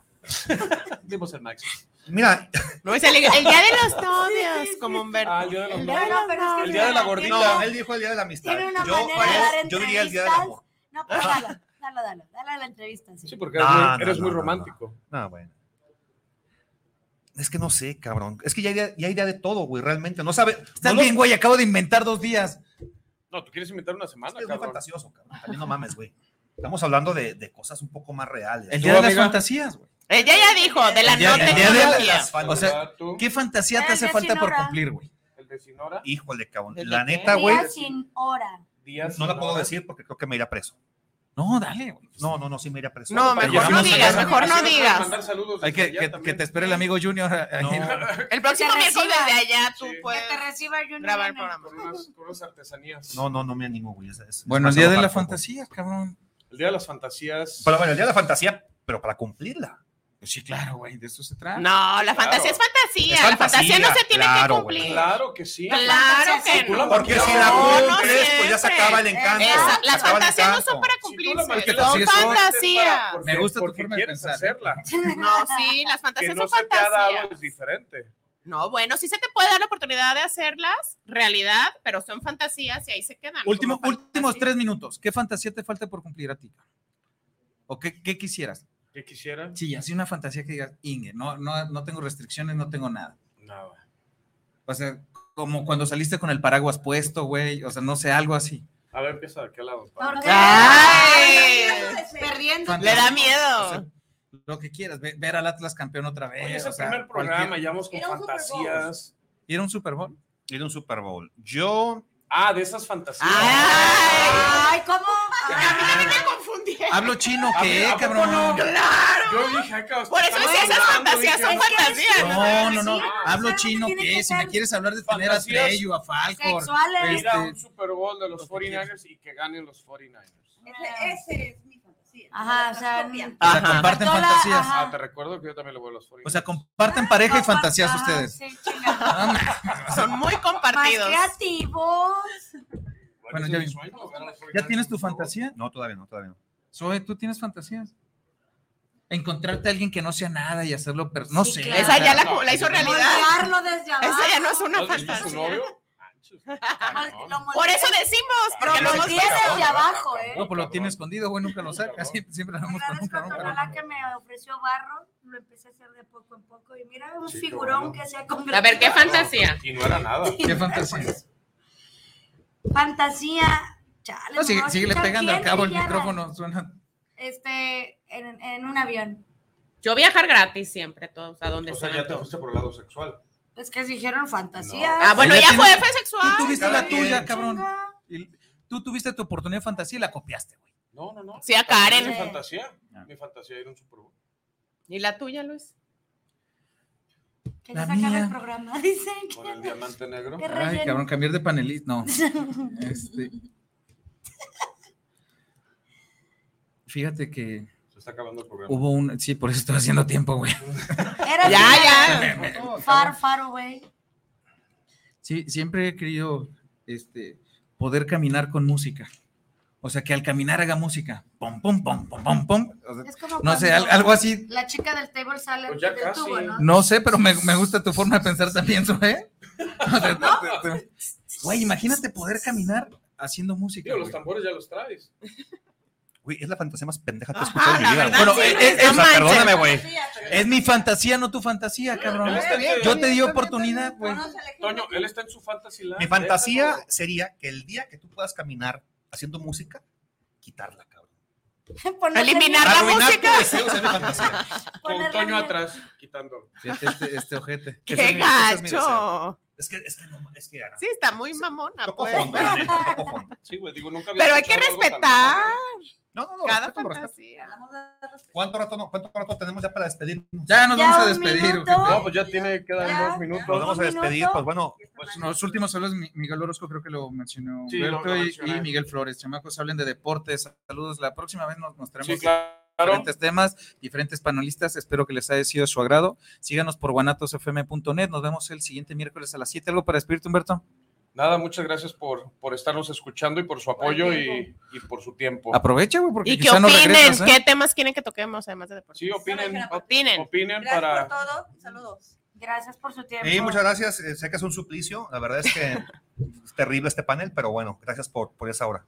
Dimos el máximo.
Mira,
No, es el, el día de los novios, como Humberto.
Ah, el día de
de
los
novios. Pero
los
es que
novios.
El día de la gordita.
él dijo el día de la amistad.
Tiene una
Yo,
manera
haría-
de dar
yo diría el día del
entrevistas.
amor.
No, pues dalo, dalo, dalo, dale a la entrevista. Sí.
Sí, porque
No,
eres muy,
no,
eres
no,
muy
no, no.
romántico.
No, bueno. Es que no sé, cabrón. Es que ya hay, idea- ya hay idea de todo, güey, realmente. No sabe.
Estás
no lo-
bien, güey, acabo de inventar dos días.
No, tú quieres inventar una semana,
Es muy
cabrón.
fantasioso, cabrón. También no mames, güey. Estamos hablando de, de cosas un poco más reales.
El
¿Tú,
día de las
amiga?
fantasías, güey.
Ella ya dijo, de la
El día-
no
el día de
tecnología.
las
O sea,
¿Tú?
¿qué fantasía te
El
hace
día
falta
sin
por
hora.
cumplir, güey?
El de Sinora.
Híjole, cabrón.
¿El de
La
qué?
neta, güey,
Día sin hora.
Díaz
no la puedo
Sinora.
decir porque creo que me irá preso.
No, dale, güey.
No, no, no, sí me irá preso.
No, mejor
Pero ya
no
vamos a
digas,
hablar-
mejor no
Así nos puedes
digas.
mandar saludos
Hay
desde
que,
allá
que- que
también.
te espere el amigo Junior. ahí.
El próximo
Que reciba.
miércoles de allá tú
Sí.
Que te
puedes
reciba Junior.
grabar el
en el-
programa.
Con unas, con unas artesanías.
No, no, no me animo, güey. es- es-
Bueno, el
es
día de
para
la
poco.
fantasía, cabrón.
El día de las fantasías.
Pero bueno, el día de la fantasía, pero para cumplirla.
Pues sí, claro, güey, de eso se trata.
No, la
Claro.
fantasía es fantasía.
Es
la fantasía no se
fantasía,
tiene
claro,
que cumplir.
Claro que sí.
Claro que
Tú la
no.
Porque si la
No,
cumples,
no
pues ya se
siempre.
acaba el encanto.
Esa-
se
las
acaba el
fantasías no son
encanto.
para
Si tú la
cumplirse.
mantienes
son
sí, eso es para-
fantasías.
porque-
Me gusta tu
porque
forma de
quieres
pensar. ¿eh?
hacerla.
No, sí, las
Que
fantasías
no
son
se te ha dado
fantasías.
es diferente.
No, bueno, sí se te puede dar la oportunidad de hacerlas realidad, pero son fantasías y ahí se quedan.
Último-
como fantasías.
últimos tres minutos. ¿Qué fantasía te falta por cumplir a ti? ¿O qué, qué quisieras?
¿Qué quisieran?
Sí, así una fantasía que digas, Inge, no, no, no tengo restricciones, no tengo nada.
Nada.
O sea, como cuando saliste con el paraguas puesto, güey. O sea, no sé, algo así.
A ver, empieza de qué lado.
¿Por qué?
Ay.
Perdiendo.
Le da
O sea,
miedo.
lo que quieras, ve- ver al Atlas campeón otra vez.
Oye, es el
o sea,
primer
cualquier-
programa, ya vamos con
Era un Super Bowl.
fantasías.
Ir a un Super Bowl.
Ir a un Super Bowl. Yo,
Ah, de esas fantasías.
Ay, ¿cómo?
Me confundí.
Hablo chino,
¿A
¿qué,
mí- a poco
cabrón?
no?
Claro.
Yo dije, ay, cabrón,
Por eso
estaba
sí, esas
hablando,
fantasías
dije,
son
Es que eres
fantasías.
No, no, no.
Sí,
Hablo
¿sabes
chino,
qué tiene
¿qué?
que
Si me
ser?
quieres hablar de tener a
Fantasías
Treyu, a Falcor.
Sexuales.
ir a un
este,
Super Bowl de los
lo que quieras.
49ers y que ganen los 49ers.
Ese, ese es mi fantasía.
Ajá, o sea,
Copia.
o sea,
Ajá.
comparten
Toda-
fantasías.
ajá.
Ah, te recuerdo que yo también le voy a los 49ers.
O sea, comparten pareja y fantasías
Ajá,
ustedes.
sí, chingada.
Son muy
Más
compartidos.
creativos.
bueno,
ese
ya
es
vi.
mi sueño, ganar los 49ers
¿Ya tienes tu
en Super Bowl.
fantasía?
no, todavía no, todavía no.
Zoe, ¿tú tienes fantasías? Encontrarte a alguien que no sea nada y hacerlo, pero no
Sí,
sé.
claro.
Esa ya la,
No,
la hizo
no,
realidad.
Moldearlo desde abajo.
Esa ya no es
¿No
una
has visto su
fantasía.
novio? Ah, chis, cabrón.
Mol- lo moldeas-
Por eso decimos, porque
lo
lo hemos
moldeas
visto.
desde abajo, ¿eh?
No, pues lo
Cabrón.
tiene escondido, güey, nunca lo saca.
Cabrón.
Siempre, siempre lo
La
vemos
verdad
con un
es cuando
cabrón.
la
cabrón.
que me ofreció barro, lo empecé a hacer de poco en poco. Y mira, un
Sí, qué
figurón
bueno.
que se ha convertido.
A ver, ¿qué fantasía?
Y no era nada.
¿Qué fantasía?
Fantasía. Chale,
No,
me
sigue,
voy [LAUGHS] a
síguele
escuchar
pegando al
bien
cabo el
pillada.
micrófono, suena.
Este, en, en un avión.
Yo viajar gratis siempre, todos, a donde
O
sea.
sea, ya te fuiste por el lado sexual.
Es que dijeron fantasía.
Ah, bueno, ella fue
tiene-
sexual.
Tú tuviste
Cada
la tuya,
quien.
cabrón. Y Tú tuviste tu oportunidad de fantasía y la copiaste, güey.
No, no, no.
Sí, a Karen.
Es Mi fantasía. Mi fantasía era un Super Bowl.
¿Y la tuya, Luis?
Que
La
ya se acaba
mía.
el programa, [LAUGHS] dicen.
Con el diamante negro.
Qué
Ay,
relleno.
cabrón, cambiar de panelista. [LAUGHS] No. Este, fíjate que
Se está acabando el programa.
hubo un. Sí, por eso estoy haciendo tiempo, güey.
Era
Ya,
así,
ya.
Far, far away.
Sí, siempre he querido este, poder caminar con música. O sea, que al caminar haga música. Pom, pom, pom, pom, pom, pom.
Es como
No sé,
cuando
al- algo así.
La chica del table sale
Pues ya
del
casi.
tubo, ¿no?
No sé, pero me, me gusta tu forma de pensar también, ¿eh? Güey, imagínate poder caminar haciendo música.
Digo, los tambores ya los traes.
Güey, es la fantasía más pendeja que he
Ajá,
escuchado en mi
la
vida.
verdad,
güey.
sí, es- Eh, es-
o sea,
no
perdóname,
manches.
güey.
Es mi fantasía, no tu fantasía, cabrón.
está bien.
Yo te di oportunidad, güey.
Toño, él está en su fantasía.
Mi fantasía sería que el día que tú puedas caminar haciendo música, quitarla, cabrón.
Ponerle-
Eliminar la
Arruinar tu
música.
deseo, esa es mi fantasía.
Con
Ponerle-
Toño atrás, quitándolo.
Este, este, este ojete.
¡Qué
Ese es mi- ese es mi
gacho!
Es que, es que, no, es que ya no.
Sí, está muy mamona,
Toco
pues.
fondo, la neta, toco fondo.
Sí, güey, digo, nunca había
Pero hay que
escuchado algo tan-
respetar
No, no, no,
cada
respeto, lo respeto.
fantasía.
¿Cuánto rato, no, ¿Cuánto rato tenemos ya para despedirnos?
Ya nos
Ya
vamos a
un
despedir.
minuto.
ojete.
No, pues ya tiene, quedan
Ya.
dos minutos.
Nos vamos a
Un
despedir,
minuto.
pues bueno,
Pues los últimos hablos, Mi- Miguel Orozco creo que lo mencionó
Sí,
Humberto
lo- lo
y- y,
mencioné.
Miguel Flores. Chamacos, hablen de deportes, saludos. La próxima vez nos mostraremos
Sí, claro.
diferentes temas, diferentes panelistas. Espero que les haya sido de su agrado. Síganos por guanatosfm.net. Nos vemos el siguiente miércoles a las 7. ¿Algo para despedirte, Humberto?
Nada, muchas gracias por, por estarnos escuchando y por su apoyo y, y por su tiempo.
Aprovecha, güey, porque
¿Y qué
quizá no
opinen?
regresas. ¿eh?
¿Qué temas quieren que toquemos además de deporte?
Sí, opinen,
Opinen.
opinen
Gracias
para...
por todo. Saludos.
Gracias por su tiempo.
y muchas gracias. eh, Sé que es un suplicio, la verdad es que es terrible este panel, pero bueno, gracias por, por esa hora.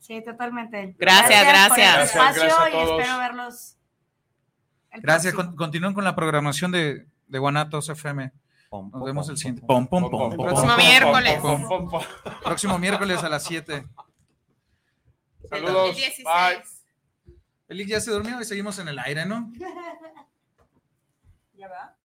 Sí, totalmente.
Gracias,
por
gracias.
el
Gracias,
espacio
gracias a
y
todos.
espero verlos. el
Gracias.
próximo.
Con- continúen con la programación de, de Guanatos FM. Nos vemos el siguiente. Pom, pom, pom, pom,
Próximo
pom, pom,
miércoles.
pom, pom.
Pom, pom.
Próximo miércoles a las 7.
Saludos. Bye.
Elick ya se durmió y seguimos en el aire, ¿no?
¿Ya va?